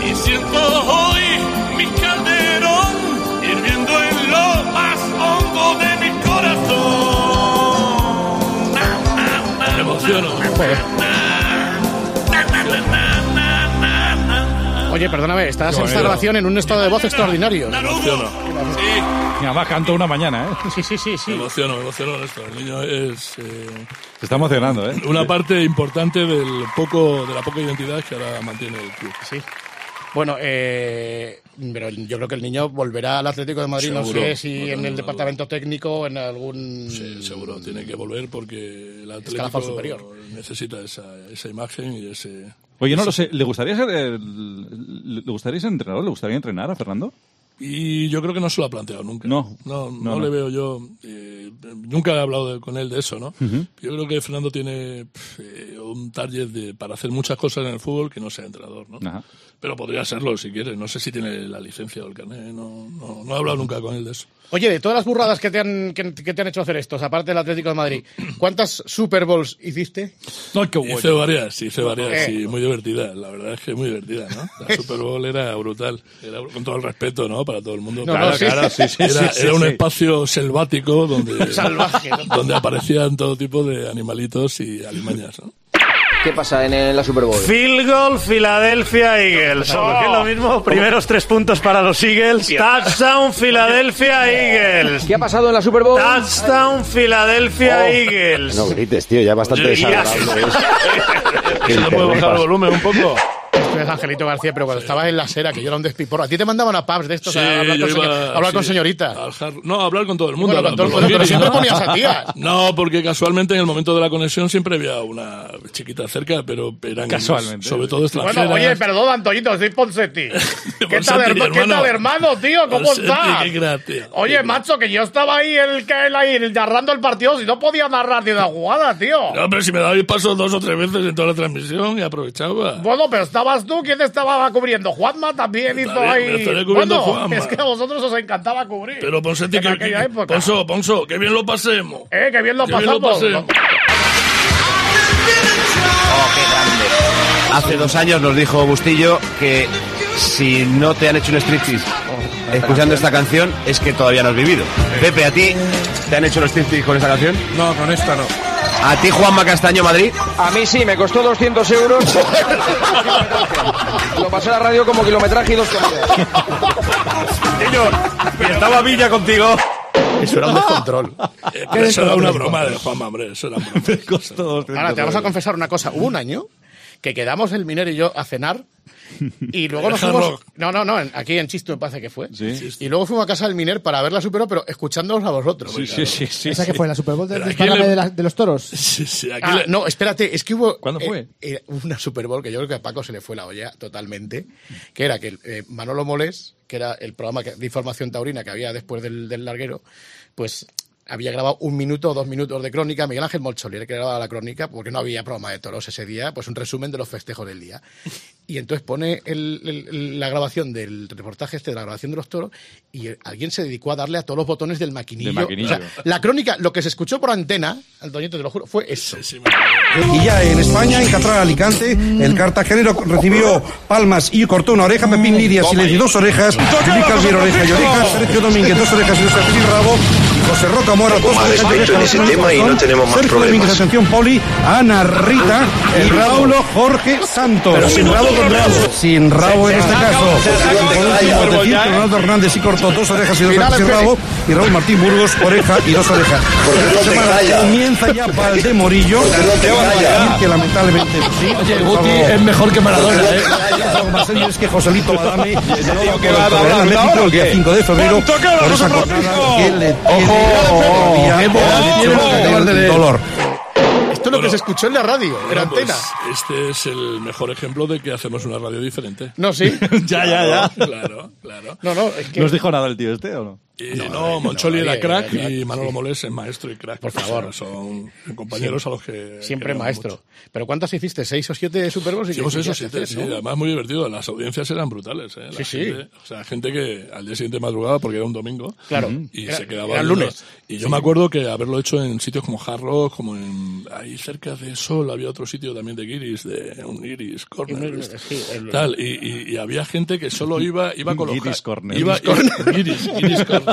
y siento hoy mi calderón hirviendo en lo más hondo de mi corazón
me emociono.
Na, na, na, na, na, na.
Oye, perdóname, estás en esta grabación en un estado de voz extraordinario.
emociono.
Mi mamá cantó una mañana, ¿eh?
Sí, sí, sí, sí.
Me emociono, me emociono en esto. El niño es eh,
Se está emocionando, ¿eh?
una parte importante del poco, de la poca identidad que ahora mantiene el club.
Sí. Bueno, eh, pero el- yo creo que el niño volverá al Atlético de Madrid,
Seguro.
no sé si
Bueno,
en el
no,
departamento técnico o en algún...
Sí, seguro, tiene que volver porque el Atlético
Escalafón superior.
necesita esa, esa imagen y ese...
Oye, no lo sé, ¿le gustaría ser, el- le gustaría ser entrenador? ¿Le gustaría entrenar a Fernando?
Y yo creo que no se lo ha planteado nunca.
No.
No, no,
No, no.
le veo yo. eh, nunca he hablado de- con él de eso, ¿no?
Ujú.
Yo creo que Fernando tiene pf, eh, un target de- para hacer muchas cosas en el fútbol que no sea entrenador, ¿no?
Ajá.
Pero podría serlo si quiere. No sé si tiene la licencia o el carnet. No, no, no he hablado nunca con él de eso.
Oye, de todas las burradas que te han, que, que te han hecho hacer estos, aparte del Atlético de Madrid, ¿cuántas Super Bowls hiciste?
No, qué Hice varias, hice varias
Pues Eh.
y muy divertida. La verdad es que muy divertida, ¿no? La Super Bowl era brutal. Era, con todo el respeto, ¿no? Para todo el mundo.
No, Claro, no, sí. claro, sí, sí,
Era,
sí,
era
sí,
un
sí.
espacio selvático donde,
Salvaje, ¿no?
donde aparecían todo tipo de animalitos y alimañas, ¿no?
¿Qué pasa en, eh, la Super Bowl?
Field goal, Philadelphia Eagles. Porque es lo mismo, primeros tres puntos para los Eagles. Touchdown, Philadelphia Eagles.
¿Qué ha pasado en la Super Bowl?
Touchdown, Philadelphia
Oh.
Eagles.
No grites, tío, ya es bastante
Oye, ya.
desagradable. es. Que
¿Se le puede bajar el
interrumpas.
volumen un poco?
Esto es Angelito García, pero cuando estabas en la acera, que yo era un despiporro. A ti te mandaban a pubs de estos a hablar,
yo
con, señor-
iba,
a hablar con
sí,
señoritas.
al jar- No, a hablar con todo el mundo.
Bueno, con
a
todo el
hablar
mundo, pero
los
siempre
gays,
ponías a tías.
No, porque casualmente en el momento de la conexión siempre había una chiquita cerca, pero eran
Casualmente.
sobre todo extranjeras.
Bueno, oye, perdón, Antoñito, soy Ponseti. ¿Qué tal,
Ponseti,
herma- ¿Qué
hermano.
tal, hermano, tío? ¿Cómo
Ponseti,
estás?
qué gracia.
Oye, macho, que yo estaba ahí, el, que- el, ahí narrando el partido, si no podía narrar ni una jugada, tío.
No, pero si me dabais paso dos o tres veces en toda la transmisión y aprovechaba.
Bueno, pero estabas tú, ¿quién te estaba cubriendo? Juanma también hizo
bien,
ahí.
me estaré cubriendo
bueno,
Juanma.
es que a vosotros os encantaba cubrir.
Pero Ponseti,
En
que,
aquella
que-
época.
Ponso, Ponso, que bien lo pasemos.
Eh, que bien lo
Que bien lo
pasamos.
pasemos.
Hace dos años nos dijo Bustillo que si no te han hecho un striptease escuchando esta canción es que todavía no has vivido. Pepe, ¿a ti te han hecho un striptease con esta canción?
No, con esta no.
¿A ti, Juanma Castaño, Madrid?
A mí sí, me costó 200 euros. Lo pasé a la radio como kilometraje y dos comidas.
Señor, y estaba Villa contigo.
Eso era un descontrol.
Eh, pero eso era una broma de Juanma, hombre. Eso era una broma.
Ahora te vamos a confesar una cosa. Hubo un año que quedamos el minero y yo a cenar y luego nos
Hard
fuimos.
Rock.
No, no, no, en- aquí en Chisto me parece que fue.
Sí.
Y luego fuimos a casa del miner para verla superó, pero escuchándolos a vosotros.
Sí, sí, sí, sí,
¿Esa que
sí.
fue? ¿La Super Bowl del
Pero aquí
dispárame
le-
de, la- de los toros?
Sí, sí, aquí
Ah,
le-
no, espérate, es que hubo.
¿Cuándo
eh,
fue?
eh, una Super Bowl que yo creo que a Paco se le fue la olla totalmente. Que era que eh, Manolo Molés, que era el programa que- de información taurina que había después del, del larguero, pues había grabado un minuto o dos minutos de crónica. Miguel Ángel Molcholi era el que grababa la crónica porque no había programa de toros ese día, pues un resumen de los festejos del día. Y entonces pone el- el- el- la grabación del reportaje este, de la grabación de los toros, y eh, alguien se dedicó a darle a todos los botones del maquinillo.
Del maquinillo.
O sea, la crónica, lo que se escuchó por antena, Antoñito, te lo juro, fue eso.
Y ya en España, en Catral Alicante, el cartagenero recibió palmas y cortó una oreja, Pepín Lidia, Silencio, dos orejas, Luis Calvier, oreja y oreja, Sergio Domínguez, dos orejas y dos orejas y rabo, y José Roca Mora, dos
Más
orejas y
respeto en
orejas.
ese tema y no tenemos más
Sergio
problemas.
Domínguez, atención, Poli, Ana Rita y Raulo Jorge Santos.
Pero sin rabo con rabo.
Sin rabo en
Se
este
saca,
caso.
se saca,
Por
se
último,
saca.
Botecín, Ronaldo Hernández y cortó dos orejas y dos
Final,
orejas y
Pepe.
rabo, y Raúl Martín Burgos, oreja y dos orejas. Esta semana Comienza ya Valdemorillo. de Morillo. Te van a decir que lamentablemente sí. Oye, Guti es mejor que Maradona, ¿eh? Lo más serio es que Joselito Badame que va a hablar ahora, ¿o qué? 5 de febrero ¿Cuánto queda, por esa José jornada Francisco? que le tiene todavía el dolor.
Esto es lo que se escuchó en la radio, en
Bueno, pues,
antena.
este es el mejor ejemplo de que hacemos una radio diferente.
No, sí.
ya, ya, ya. Claro, claro.
No, no, es que.
¿Nos dijo nada el tío este o no?
Y no, Moncholi
no,
era
Ah,
no,
crack
no, no,
y
no,
Manolo
sí.
Molés es maestro y crack.
Por
O sea,
favor.
Son compañeros a los que.
Siempre
queremos
maestro.
mucho.
¿Pero cuántas hiciste? ¿Seis o siete Super Bowls? y
Hicimos
qué
eso,
quisiste
siete,
hacer,
sí,
no?
además muy divertido. Las audiencias eran brutales, ¿eh? La
Sí, sí.
gente- O sea, gente que al día siguiente madrugaba, porque era un domingo,
Claro.
y
Era-
se quedaba...
era
viendo-
lunes.
Y yo
Sí.
me acuerdo que haberlo hecho en sitios como Hard Rock, como en... Ahí cerca de Sol había otro sitio también de Guiris, de un Guiris Corner,
Un-
este,
sí, el-
tal, y, y- y había gente que solo iba, iba con los...
Guiris
ha-
Corner.
Iba,
Guiris
Guiris, Guiris Corner.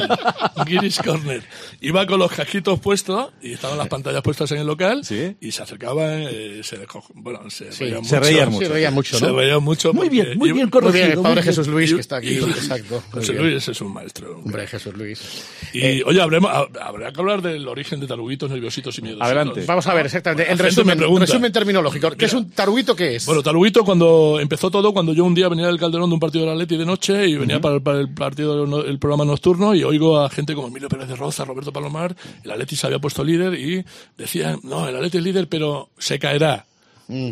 Guiris Corner. Iba con los casquitos puestos y estaban las pantallas puestas en el local y se acercaban, eh, se, desco- bueno, se reían mucho.
se reían mucho. Sí, reían mucho, ¿no?
Se reían mucho.
Muy bien,
porque
muy bien corregido, Muy bien, el muy padre bien. Jesús Luis,
Y-
que está aquí,
y-
exacto, muy
José
bien.
Luis es un maestro.
Hombre, Jesús Luis. Eh,
Y, oye, habremos- hab- habrá que hablar del origen de taruguitos, nerviositos y miedos.
Vamos a ver, exactamente. En
La gente me
resumen,
pregunta.
resumen terminológico. ¿Qué es un taruguito? ¿Qué es?
Bueno, Taruguito, cuando empezó todo, cuando yo un día venía del Calderón de un partido de la Atleti de noche y venía para, el- para el partido, no- el programa nocturno y oigo a gente como Emilio Pérez de Roza, Roberto Palomar, el Atleti se había puesto líder y decían, no, el Atleti es líder, pero se caerá.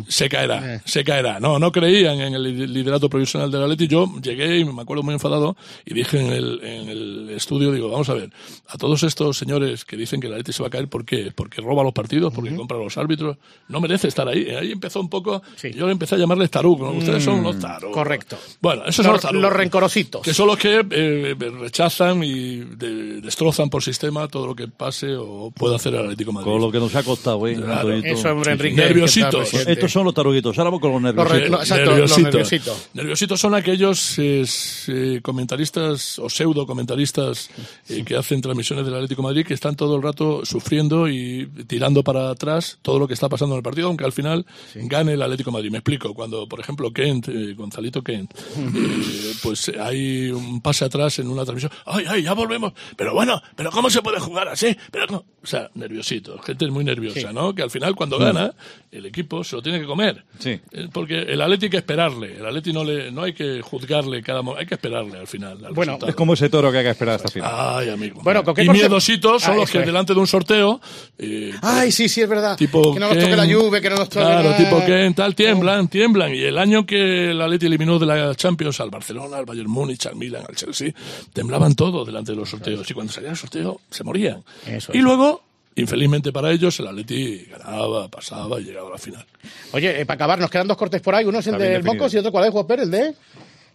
Se caerá, se caerá. No, no creían en el liderato provisional del Atleti. Yo llegué y me acuerdo muy enfadado y dije en el, en el estudio, digo, vamos a ver, a todos estos señores que dicen que el Atleti se va a caer, ¿por qué? Porque roba los partidos, porque compra a los árbitros. No merece estar ahí. Ahí empezó un poco, yo empecé a llamarles tarugos. Ustedes son
Mm,
los tarugos.
Correcto.
Bueno, esos
Los-
son los tarugos.
los rencorositos.
Que son los que eh, rechazan y de- destrozan por sistema todo lo que pase o pueda hacer el Atlético de Madrid.
Con lo que nos ha costado, güey.
Claro.
Antonito.
Eso, hombre,
Sí, sí.
Enrique, Nerviositos. que está
Pues
presente.
Estos son los taruguitos. Ahora vamos con los nerviositos.
Correcto, nerviositos. Nerviositos son aquellos eh, eh, comentaristas o pseudo comentaristas eh, que hacen transmisiones del Atlético de Madrid que están todo el rato sufriendo y tirando para atrás todo lo que está pasando en el partido, aunque al final gane el Atlético de Madrid. Me explico, cuando por ejemplo Kent, eh, Gonzalito Kent, eh, pues eh, hay un pase atrás en una transmisión, ay, ay, ya volvemos, pero bueno, pero ¿cómo se puede jugar así? Pero no. O sea, nerviositos, gente muy nerviosa,
Sí.
¿no? Que al final cuando
Mm.
gana, el equipo se lo tiene que comer. Eh, Porque el Atleti hay que esperarle. El Atleti no, le, no hay que juzgarle cada momento. Hay que esperarle al final. al
Bueno,
resultado.
es como ese toro que hay que esperar hasta el final.
Ay, amigo.
Bueno, ¿con qué
y
porce-
miedositos son
Ah,
los
eso
que
es.
delante de un sorteo. eh,
Ay, sí, sí, es verdad.
Tipo
que no nos toque la
Ken.
lluvia, que no nos toque
Claro,
nada.
tipo que en tal tiemblan, tiemblan. Y el año que el Atleti eliminó de la Champions al Barcelona, al Bayern Múnich, al Milan, al Chelsea, temblaban todos delante de los sorteos. Y cuando salía el sorteo, se morían.
Eso
y
es.
luego, infelizmente para ellos, el Atleti ganaba, pasaba y llegaba a la final.
Oye, eh, para acabar, nos quedan dos cortes por ahí. Uno es el
Está bien
del
definido.
Mocos y otro, ¿cuál es, Juan Pérez? El de...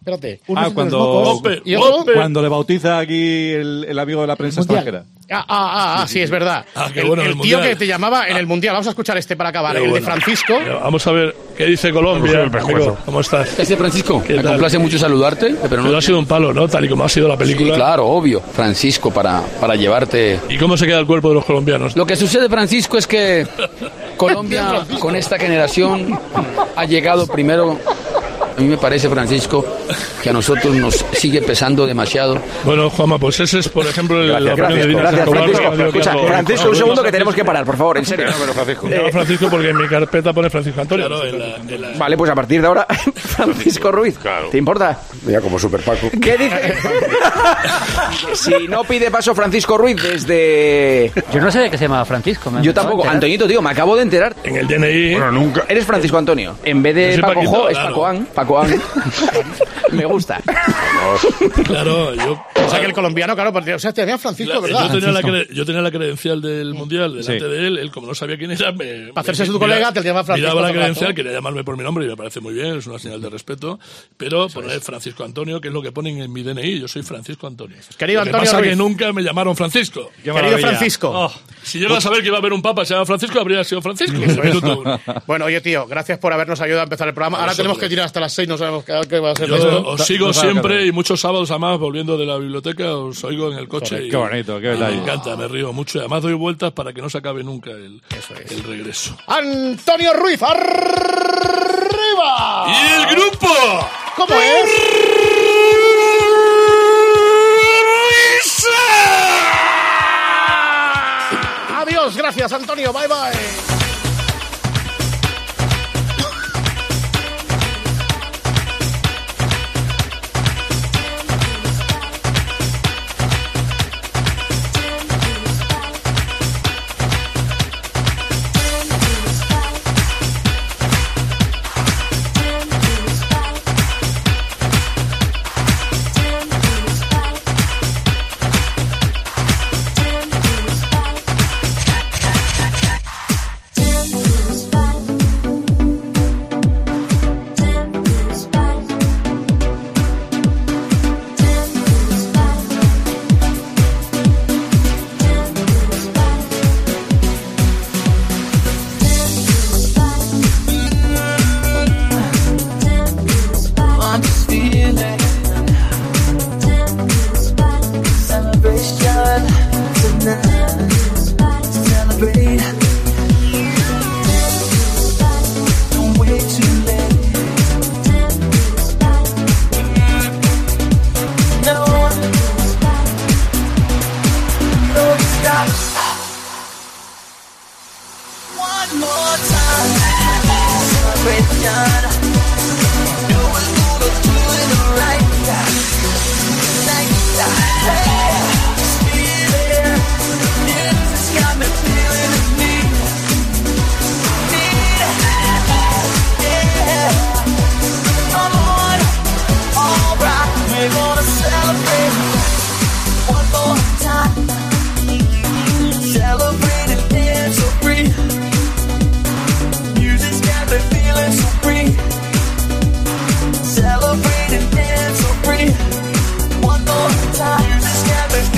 Espérate. Uno es
Ah,
el de
cuando,
los Mocos. ¿Y otro?
cuando le bautiza aquí el, el amigo de la prensa extranjera.
Ah, ah, ah, ah, sí, es verdad.
Ah, qué
el
bueno,
el
el
tío
Mundial.
que te llamaba en el Mundial. Vamos a escuchar este para acabar.
Pero
el de
bueno.
Francisco.
Pero Vamos a ver qué dice Colombia.
Vamos a ver el
amigo.
pescuezo.
¿Cómo estás?
Este Francisco,
¿Qué
me
tal?
complace mucho saludarte, pero no
Pero ha sido un palo, ¿no? Tal y como ha sido la
Sí,
película.
claro, obvio, Francisco, para, para llevarte.
¿Y cómo se queda el cuerpo de los colombianos?
Lo que sucede, Francisco, es que Colombia, con esta generación, ha llegado primero. A mí me parece, Francisco, que a nosotros nos sigue pesando demasiado.
Bueno, Juanma, pues ese es, por ejemplo, el- la opinión de
gracias,
Dina
gracias,
Escobar,
Francisco.
que ha dicho
Escucha,
que-
Francisco, un segundo que tenemos
que parar, por favor, en serio. Eh,
No, Francisco, porque en mi carpeta pone Francisco Antonio.
Vale, pues a partir de ahora, Francisco Ruiz, ¿te importa?
Mira, como Super Paco.
¿Qué dice? si no pide paso Francisco Ruiz desde...
Yo no sé de qué se llama Francisco. me
Yo
acabo de
tampoco,
enterar.
Antoñito, tío, me acabo de enterar.
En el DNI...
Bueno, nunca. Eres Francisco Antonio. En vez
Yo
de
soy
Paco
Paquito,
Jo, es
claro.
Pacoán. Pacoán. me gusta.
Claro, yo...
O sea, que el colombiano, claro, porque, o sea, te llamaba Francisco,
Yo
¿verdad?
tenía, la cre- yo tenía la credencial del Mundial delante
Sí.
de él. Él, como no sabía quién era, me.
Para hacerse
me-
su colega, te llama Francisco
Miraba
todo
la
el
credencial,
rato.
quería llamarme por mi nombre y me parece muy bien, es una señal de respeto. Pero poner Francisco Antonio, que es lo que ponen en mi DNI, yo soy Francisco Antonio.
Querido
Lo que
Antonio
pasa
Ruiz.
que nunca me llamaron Francisco.
Querido maravilla. Francisco.
Oh, si llego a saber que iba a haber un papa, se llama Francisco, habría sido Francisco.
Bueno, oye, tío, gracias por habernos ayudado a empezar el programa. Ahora tenemos que tirar hasta las seis, no sabemos qué qué va a ser.
Yo oh,
esto.
os sigo siempre y muchos sábados además volviendo de la biblioteca os oigo en el coche. y-
Qué bonito, qué
y
detalle.
Me encanta, me río mucho. y Además doy vueltas para que no se acabe nunca el, el regreso.
Antonio Ruiz, arriba.
¡Y el grupo!
¿Cómo es? Adiós, gracias, Antonio. Bye, bye.
Ten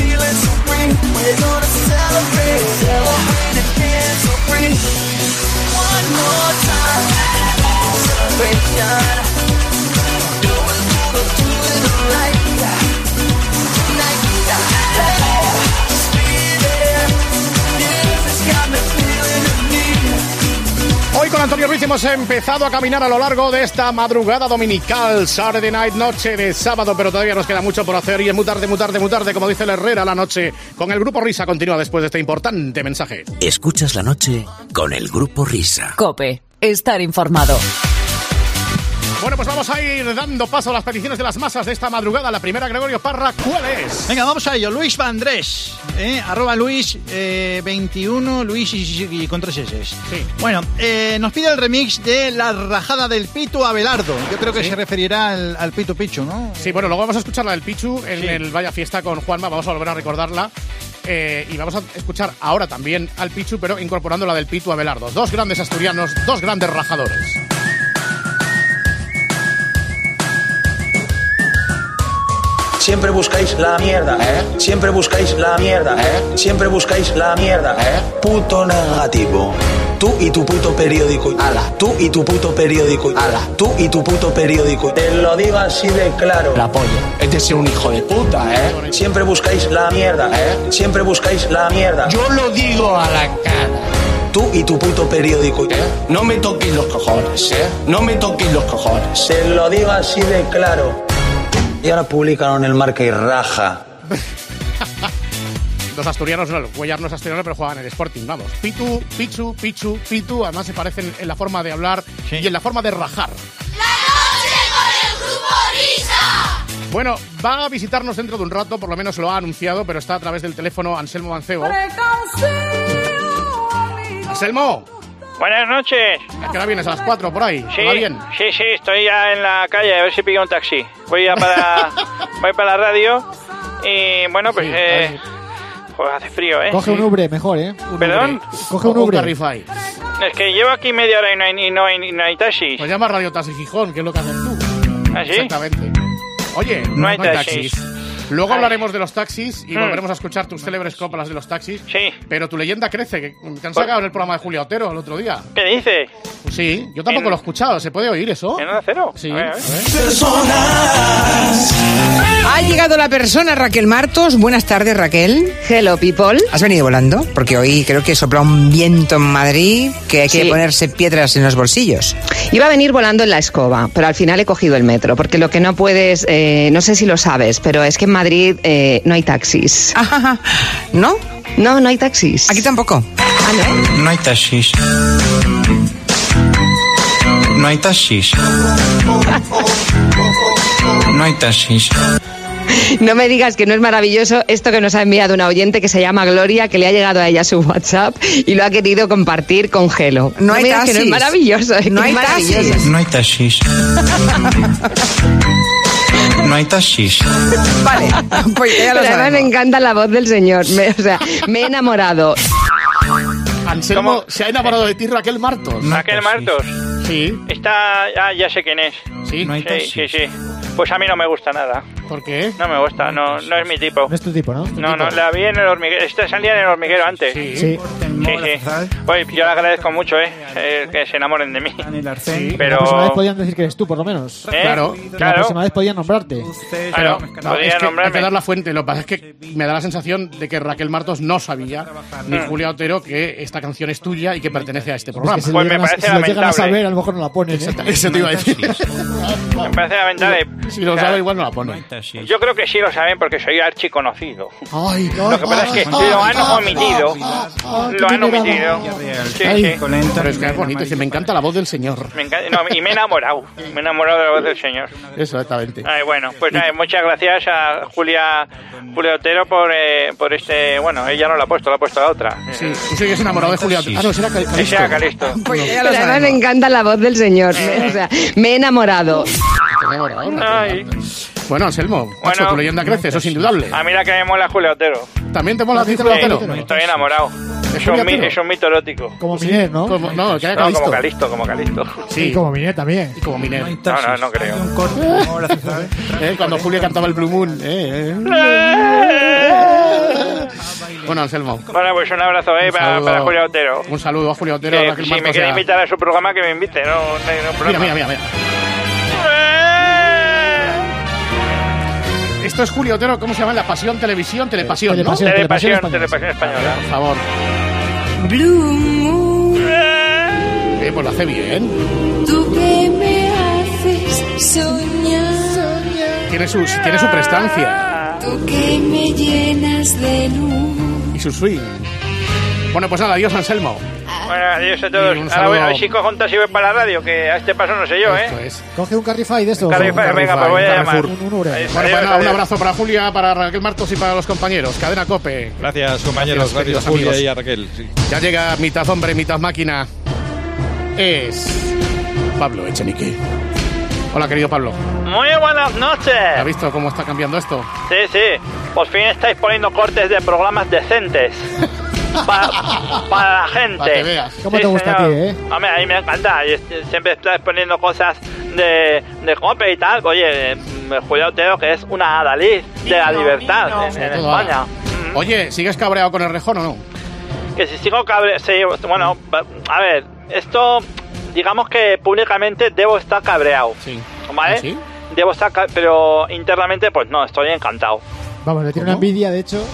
We're gonna celebrate, celebrate and dance for free. One more time. Celebration. We'll do it all right. Tonight. Hey, just be there. If it's got me feeling the need.
Hoy con Antonio Ruiz hemos empezado a caminar a lo largo de esta madrugada dominical, Saturday night, noche de sábado, pero todavía nos queda mucho por hacer y es muy tarde, muy tarde, muy tarde, como dice el Herrera, la noche con el grupo Risa continúa después de este importante mensaje.
Escuchas la noche con el grupo Risa.
Cope, estar informado.
Bueno, pues vamos a ir dando paso a las peticiones de las masas de esta madrugada. La primera, Gregorio Parra, ¿cuál es?
Venga, vamos a ello. Luis Vandrés, ¿eh? arroba Luis eh, 21, Luis y, y- y con tres S. Bueno, eh, nos pide el remix de La rajada del Pito Abelardo. Yo creo que se referirá al, al Pito Picho, ¿no?
Sí, bueno, luego vamos a escuchar la del Pichu en
Sí.
el Vaya Fiesta con Juanma, vamos a volver a recordarla. eh, y vamos a escuchar ahora también al Pichu, pero incorporando la del Pitu a Belardo. Dos grandes asturianos, dos grandes rajadores.
Siempre buscáis la mierda, ¿eh? Siempre buscáis la mierda, ¿eh? Siempre buscáis la mierda, ¿eh? Puto negativo. Tú y tu puto periódico. Ala. Tú y tu puto periódico. Ala. Tú y tu puto periódico. Te lo digo así de claro. La polla. Este es un hijo de puta, ¿eh? Siempre buscáis la mierda, ¿eh? Siempre buscáis la mierda. Yo lo digo a la cara. Tú y tu puto periódico. ¿eh? No me toquéis los cojones, ¿eh? No me toquéis los cojones. Te lo digo así de claro. Y ahora publicaron el marca y raja.
Dos asturianos, no, el Cuellar no es asturiano, pero juegan en el Sporting, vamos. Pitu, Pichu, Pichu, Pitu, además se parecen en la forma de hablar y en la forma de rajar. Bueno, va a visitarnos dentro de un rato, por lo menos lo ha anunciado, pero está a través del teléfono Anselmo Mancebo. Anselmo,
Buenas noches.
¿a qué hora vienes? ¿A las 4 por ahí?
Sí,
¿Te va bien?
sí, sí, estoy ya en la calle, a ver si pillo un taxi. Voy ya para, voy para la radio y bueno, pues... eh, joder, hace frío, ¿eh?
Coge un Ubre, mejor, ¿eh? Un
¿Perdón?
Ubre. Coge un Ubre.
Es que llevo aquí media hora y no hay, y no hay, y no hay taxis.
Pues llama Radio Taxi Gijón, que es lo que haces tú.
¿Ah, sí?
Exactamente. Oye,
No hay taxis.
Luego
Ay.
hablaremos de los taxis y
Mm.
volveremos a escuchar tus célebres coplas de los taxis.
Sí.
Pero tu leyenda crece, que te han sacado en el programa de Julio Otero el otro día. Pues
¿Qué dices?
Sí, yo tampoco lo he escuchado. ¿Se puede oír eso?
¿En hora cero? Sí.
Ha llegado la persona Raquel Martos. Buenas tardes, Raquel. Hello, people. Has venido volando, porque hoy creo que sopla un viento en Madrid que hay que
Sí.
ponerse piedras en los bolsillos.
Iba a venir volando en la escoba, pero al final he cogido el metro, porque lo que no puedes, eh, no sé si lo sabes, pero es que en Madrid eh, no hay taxis.
Ah, ¿No?
No, no hay taxis. Aquí
tampoco. No hay taxis. No hay taxis. No hay taxis.
No me digas que no es maravilloso esto que nos ha enviado una oyente que se llama Gloria, que le ha llegado a ella su WhatsApp y lo ha querido compartir con Gelo.
No hay
me digas que no es
taxis.
maravilloso. es
No
que
hay
es maravilloso.
taxis. No hay taxis. No hay taxis.
Vale, Pues
ya lo
Pero además me encanta la voz del señor. Me, o sea, me he enamorado.
Anselmo, se ha enamorado de ti Raquel Martos.
Raquel Martos.
Sí.
Esta, ah, ya sé quién es.
Sí,
sí, sí, sí. Pues a mí no me gusta nada.
¿Por qué?
No me gusta, no, no es mi tipo.
No es tu tipo, ¿no?
No, no, la vi en el hormiguero. Esta salía en el hormiguero antes. Sí,
Sí.
sí. Oye, yo le agradezco mucho, ¿eh? eh, que se enamoren de mí.
La próxima vez
Pero.
podían decir que eres tú, por lo menos.
Eh, Claro.
La
claro.
próxima vez podían nombrarte.
Claro, podría
es que hay
nombrarme.
que dar la fuente. Lo que pasa es que me da la sensación de que Raquel Martos no sabía, ni
Mm.
Julia Otero, que esta canción es tuya y que pertenece a este programa.
Es que
Pues
si lo llegan a- si lo llegan a saber, a lo mejor no la ponen. ¿eh?
Eso te iba a decir.
Me parece lamentable.
Si lo
Claro.
sabe, igual no la pone.
Yo creo que sí lo saben porque soy archiconocido.
Ay,
Lo que pasa es que lo han omitido. Lo han omitido. Sí, sí.
Pero es que es bonito. dice, me encanta la voz del señor.
Me encanta- no, y me he enamorado. Me he enamorado de la voz del señor.
Exactamente.
Ay, bueno, pues nada, muchas gracias a Julia, Julia Otero por, eh, por este. Bueno, ella no la ha puesto, la ha puesto la otra.
Sí, tú sigues enamorado de Julia Otero. Ah, no, será Cal- Calisto.
Ese era Calisto. lo Eh. Pero sabemos. además me encanta la voz del señor. me- o sea, me he enamorado. Ay.
Bueno, Anselmo, macho,
Bueno.
tu leyenda crece, eso es indudable.
A mí la que me mola es Julia Otero.
También te mola a ti, Julia
Sí,
Otero.
Estoy enamorado. Es
Julia
un, mi-
Otero?
es un mito erótico.
Como Miner, ¿no?
Como, no, que era
No,
Calisto.
como Calisto, como Calisto.
Y como Miner también.
Y como Miner.
No, no, no creo.
Eh, Cuando Julia cantaba el Blue Moon. eh, eh. Bueno, Anselmo.
Bueno, pues un abrazo, eh,
Un
para,
saludo.
para Julio Otero.
Un saludo a Julio Otero.
Que
Raquel
si
Marcos,
me quiere
o sea-
invitar a su programa, que me invite, no, no hay ningún
Mira,
problema.
mira, mira, mira.
¡Eh!
Esto es Julio Otero, ¿cómo se llama? La pasión, televisión, telepasión, ¿no?
Telepasión, telepasión, telepasión española.
Por favor. Eh, pues lo hace bien.
Tú que me haces soñar.
Tiene su, tiene su prestancia
Tú que me llenas de luz.
y su swing. Bueno, pues nada, adiós, Anselmo.
Bueno, adiós a todos.
Y un
Ahora voy,
saludo.
a ver si cojo un taxi y voy para la radio, que a este paso no sé yo, ¿eh?
Coge un Carrify de estos.
Carrify, venga, pues voy a llamar.
Bueno, pues
Adiós,
nada, un
adiós.
abrazo para Julia, para Raquel Martos y para los compañeros. Cadena Cope.
Gracias, compañeros.
Gracias,
Gracias, a
queridos
Julia y a
amigos.
Raquel. sí.
Ya llega mitad hombre, mitad máquina. Es Pablo Echenique. Hola, querido Pablo.
Muy buenas noches.
¿Has visto cómo está cambiando esto?
Sí, sí. Por fin estáis poniendo cortes de programas decentes. Para, para la gente.
Para que veas. ¿Cómo te
Sí,
gusta a
señor.
ti, eh?
Hombre, a mí me encanta. Y es- Siempre estás poniendo cosas de, de cope y tal. Oye, eh, Julio Otero, que es una adalid de la libertad en, en
Todo ahora.
España.
Oye, ¿sigues cabreado con el rejón o no?
Que si sigo cabre... sí, bueno, va- a ver, esto, digamos que públicamente debo estar cabreado.
¿Ah,
¿Vale? Debo estar, ca- pero internamente, pues no, estoy encantado.
Vamos, le tiene una envidia, de hecho.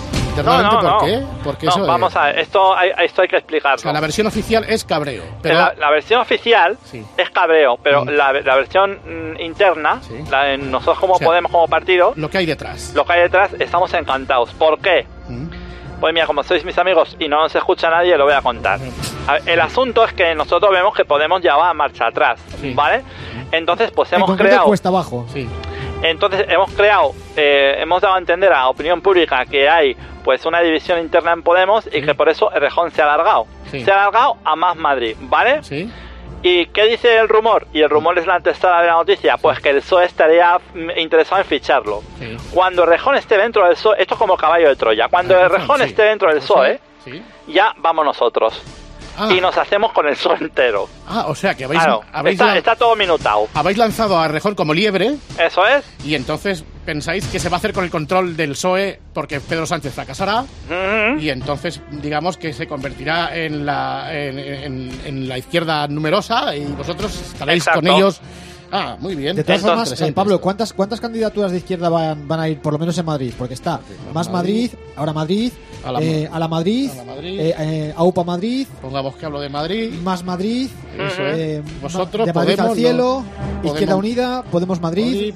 No, no, no.
¿Por qué? Porque
No,
eso eh, de-
vamos a ver, esto hay, esto hay que explicarlo.
O sea, la versión oficial es cabreo. Pero
la, la versión oficial es cabreo, pero la, la versión mm, interna, la de nosotros como Podemos, como partido,
lo que hay detrás.
lo que hay detrás, estamos encantados. ¿Por qué? Pues mira, como sois mis amigos y no nos escucha nadie, lo voy a contar. A ver, el asunto es que nosotros vemos que Podemos ya va a marcha atrás, ¿vale? Entonces, pues
En
hemos
concreto,
creado...
cuesta abajo. Sí.
Entonces hemos creado, eh, hemos dado a entender a la opinión pública que hay pues una división interna en Podemos y que por eso Errejón se ha alargado.
Sí.
Se ha alargado a más Madrid, ¿vale? ¿Y qué dice el rumor? Y el rumor es la antestada de la noticia, pues que el PSOE estaría mm, interesado en ficharlo. Cuando Errejón esté dentro del PSOE, esto es como caballo de Troya, cuando Errejón esté dentro del PSOE, ya vamos nosotros. Y nos hacemos con el PSOE entero.
Ah, o sea, que Ah. habéis,
Claro,
habéis
está-
lan-
está todo minutado.
habéis lanzado a Rejón como liebre.
Eso es.
Y entonces pensáis que se va a hacer con el control del PSOE E porque Pedro Sánchez fracasará. Y entonces, digamos que se convertirá en la, en, en- en la izquierda numerosa y vosotros estaréis
Exacto.
con ellos. Ah, muy bien.
De todas formas, eh,
Interesante.
Pablo, ¿cuántas, ¿cuántas candidaturas de izquierda van, van a ir, por lo menos en Madrid? Porque está Más Madrid, ahora Madrid,
A la-
eh, a la Madrid,
A la Madrid.
eh, eh, AUPA Madrid,
Pongamos que hablo de Madrid.
Más Madrid,
Eso es.
eh, ma-
Vosotros,
de Madrid
Podemos,
al cielo,
no.
Izquierda
Podemos.
Unida, Podemos Madrid.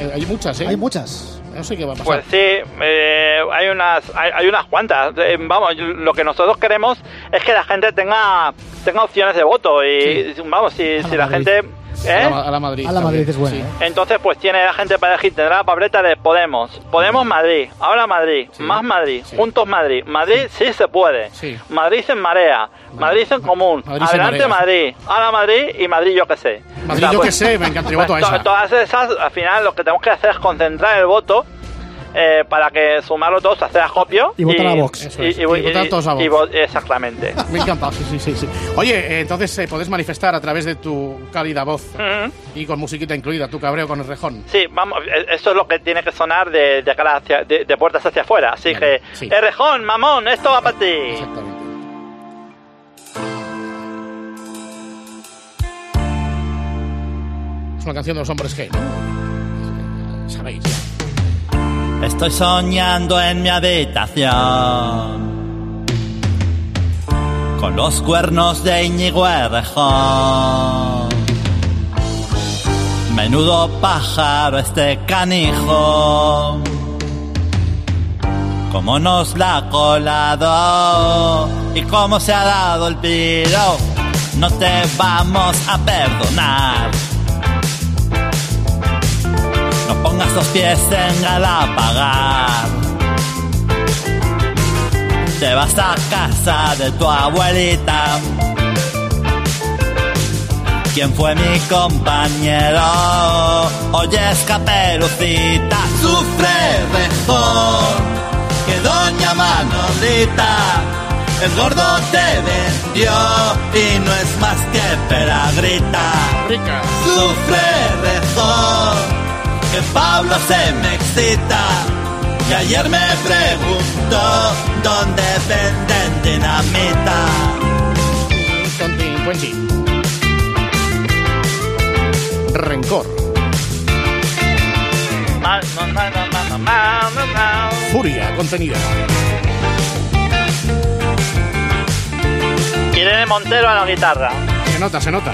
Eh, hay muchas, ¿eh?
Hay muchas.
No sé qué va a pasar.
Pues sí, eh, hay unas hay, hay unas cuantas. Eh, vamos, lo que nosotros queremos es que la gente tenga tenga opciones de voto y vamos, si, si la gente ¿eh?
A, la, a la Madrid.
A la
también.
Madrid es buena. ¿eh?
entonces pues tiene la gente para elegir, tendrá la papeleta de Podemos,
Mm.
Podemos Madrid, ahora Madrid, más Madrid, juntos Madrid, Madrid sí, se puede, Madrid en marea, Madrid en común,
Madrid sin marea.
adelante Madrid, ahora Madrid y Madrid yo que sé.
Madrid yo que sé, me encantaría voto a
to-
esa.
Todas esas, al final lo que tenemos que hacer es concentrar el voto eh, para que sumarlo todos, hacer acopio
Y votar a Vox. Eso
Y,
es,
y-
y votar
y-
todos a Vox.
y vo- exactamente.
Me encanta, sí, sí, sí. sí. Oye, eh, entonces eh, podés manifestar a través de tu cálida voz y con musiquita incluida, tu cabreo con el rejón.
Sí, vamos, eh, eso es lo que tiene que sonar de, de, cara hacia- de- de puertas hacia afuera. Así que, Errejón, mamón, esto va para ti.
Es una canción de los hombres gay, ¿no? Sabéis.
Estoy soñando en mi habitación con los cuernos de Íñigo Errejón. Menudo pájaro este canijo, cómo nos la ha colado y cómo se ha dado el piro. No te vamos a perdonar. No pongas los pies en Galapagar. Te vas a casa de tu abuelita. ¿Quién fue mi compañero? Oye, escaperucita, sufre mejor que Doña Manolita. El gordo te vendió y no es más que peragrita.
Rica.
Sufre mejor que Pablo se me excita
Y ayer me preguntó dónde venden dinamita.
Pues sí. Rencor. Furia contenida.
Irene Montero a la guitarra.
Se nota, se nota.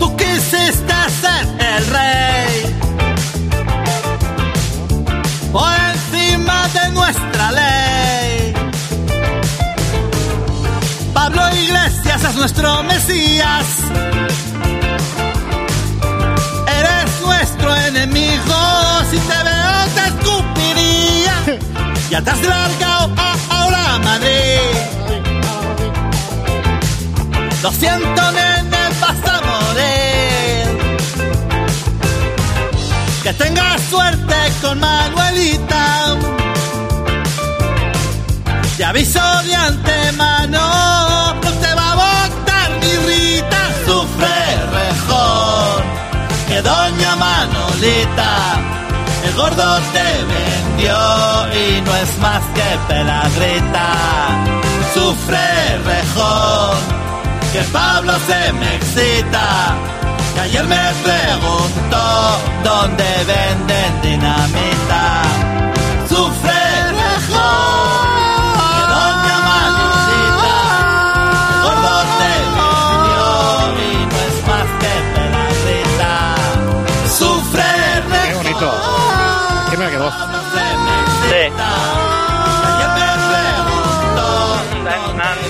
Tú quisiste ser el rey. Por encima de nuestra ley. Pablo Iglesias es nuestro Mesías. Eres nuestro enemigo. Si te veo, te escupiría. Ya te has largado a- ahora, Madrid. Lo siento, nene, vas a morir. Que tengas suerte con Manuelita. Te aviso de antemano, no te va a votar ni Rita. Sufre mejor que Doña Manolita. El gordo te vendió y no es más que pelagrita. Sufre mejor que Pablo se me excita. Que ayer me preguntó dónde venden dinamita. Sufre mejor que Doña Manolita. El gordo te vendió y no es más que pelagrita. Sufre mejor.
Qué bonito. Qué me quedó.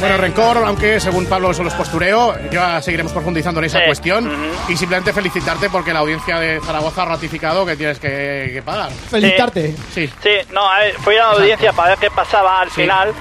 Bueno, rencor, aunque según Pablo solo es postureo, ya seguiremos profundizando en esa cuestión. Y simplemente felicitarte porque la audiencia de Zaragoza ha ratificado que tienes que, que pagar.
Felicitarte.
Sí.
Sí, no, a ver, fui a la audiencia para ver qué pasaba al final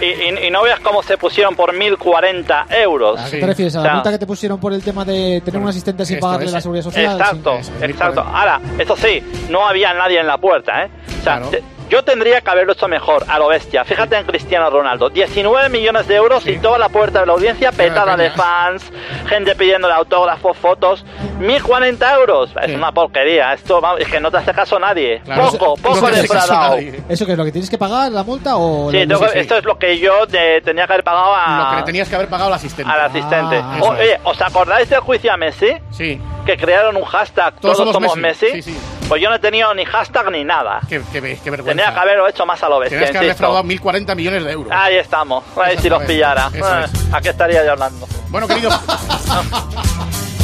Y, y- y no veas cómo se pusieron por 1.040 euros.
Ah,
¿A qué te refieres? ¿A
O
la
sea,
multa que te pusieron por el tema de tener un asistente sin
esto
pagarle
es-
la
Eh,
seguridad social?
Exacto,
Sí.
exacto. Ahora, eso sí, no había nadie en la puerta, ¿eh? O sea, te- yo tendría que haberlo hecho mejor, a lo bestia. Fíjate en Cristiano Ronaldo. 19 millones de euros y toda la puerta de la audiencia petada de fans, gente pidiéndole autógrafos, fotos. 1.040 euros. Es una porquería. Esto vamos, es que no te hace caso nadie. Poco, poco de Pradao.
¿Eso qué es lo que tienes que pagar? ¿La multa o
Sí,
la-
tengo que- esto es lo que yo te- tenía que haber pagado a...
Lo que le
tenías que haber pagado al asistente.
Al asistente.
Ah.
O- oye, ¿os acordáis del juicio a Messi?
Sí.
Que crearon un hashtag, todos, somos, Messi.
Sí, sí.
Pues yo no he tenido ni hashtag ni nada.
Qué, qué- qué vergüenza.
Tenía que haberlo hecho más a lo bestia,
Tenías que haber
insisto.
defraudado 1.040 millones de euros.
Ahí estamos. Ahí
Eso
si los
es,
pillara.
eso
Ah, ¿A qué estaría yo hablando?
Bueno, querido.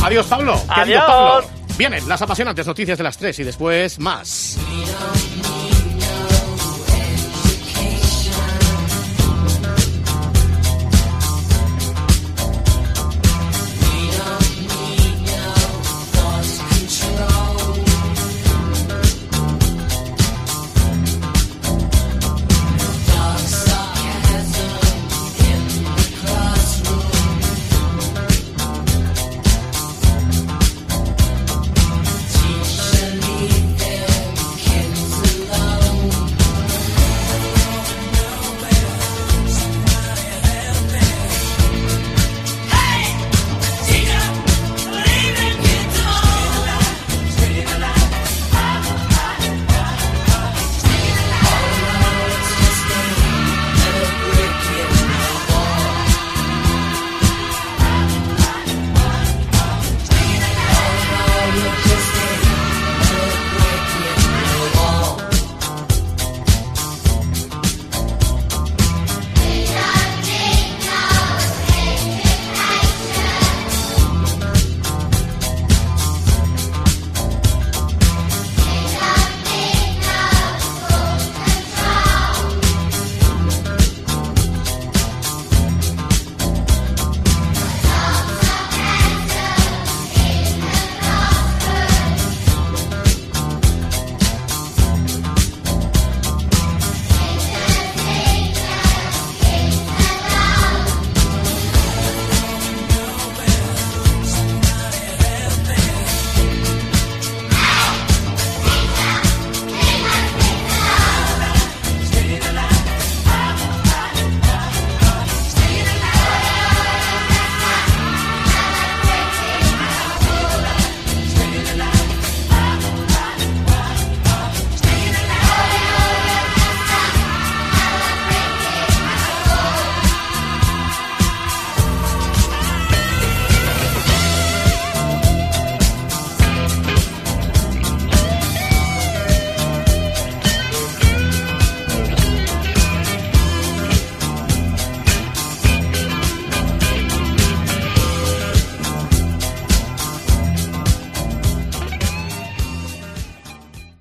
Adiós, Pablo. Querido
Adiós.
Pablo. Vienen las apasionantes noticias de las 3 y después más.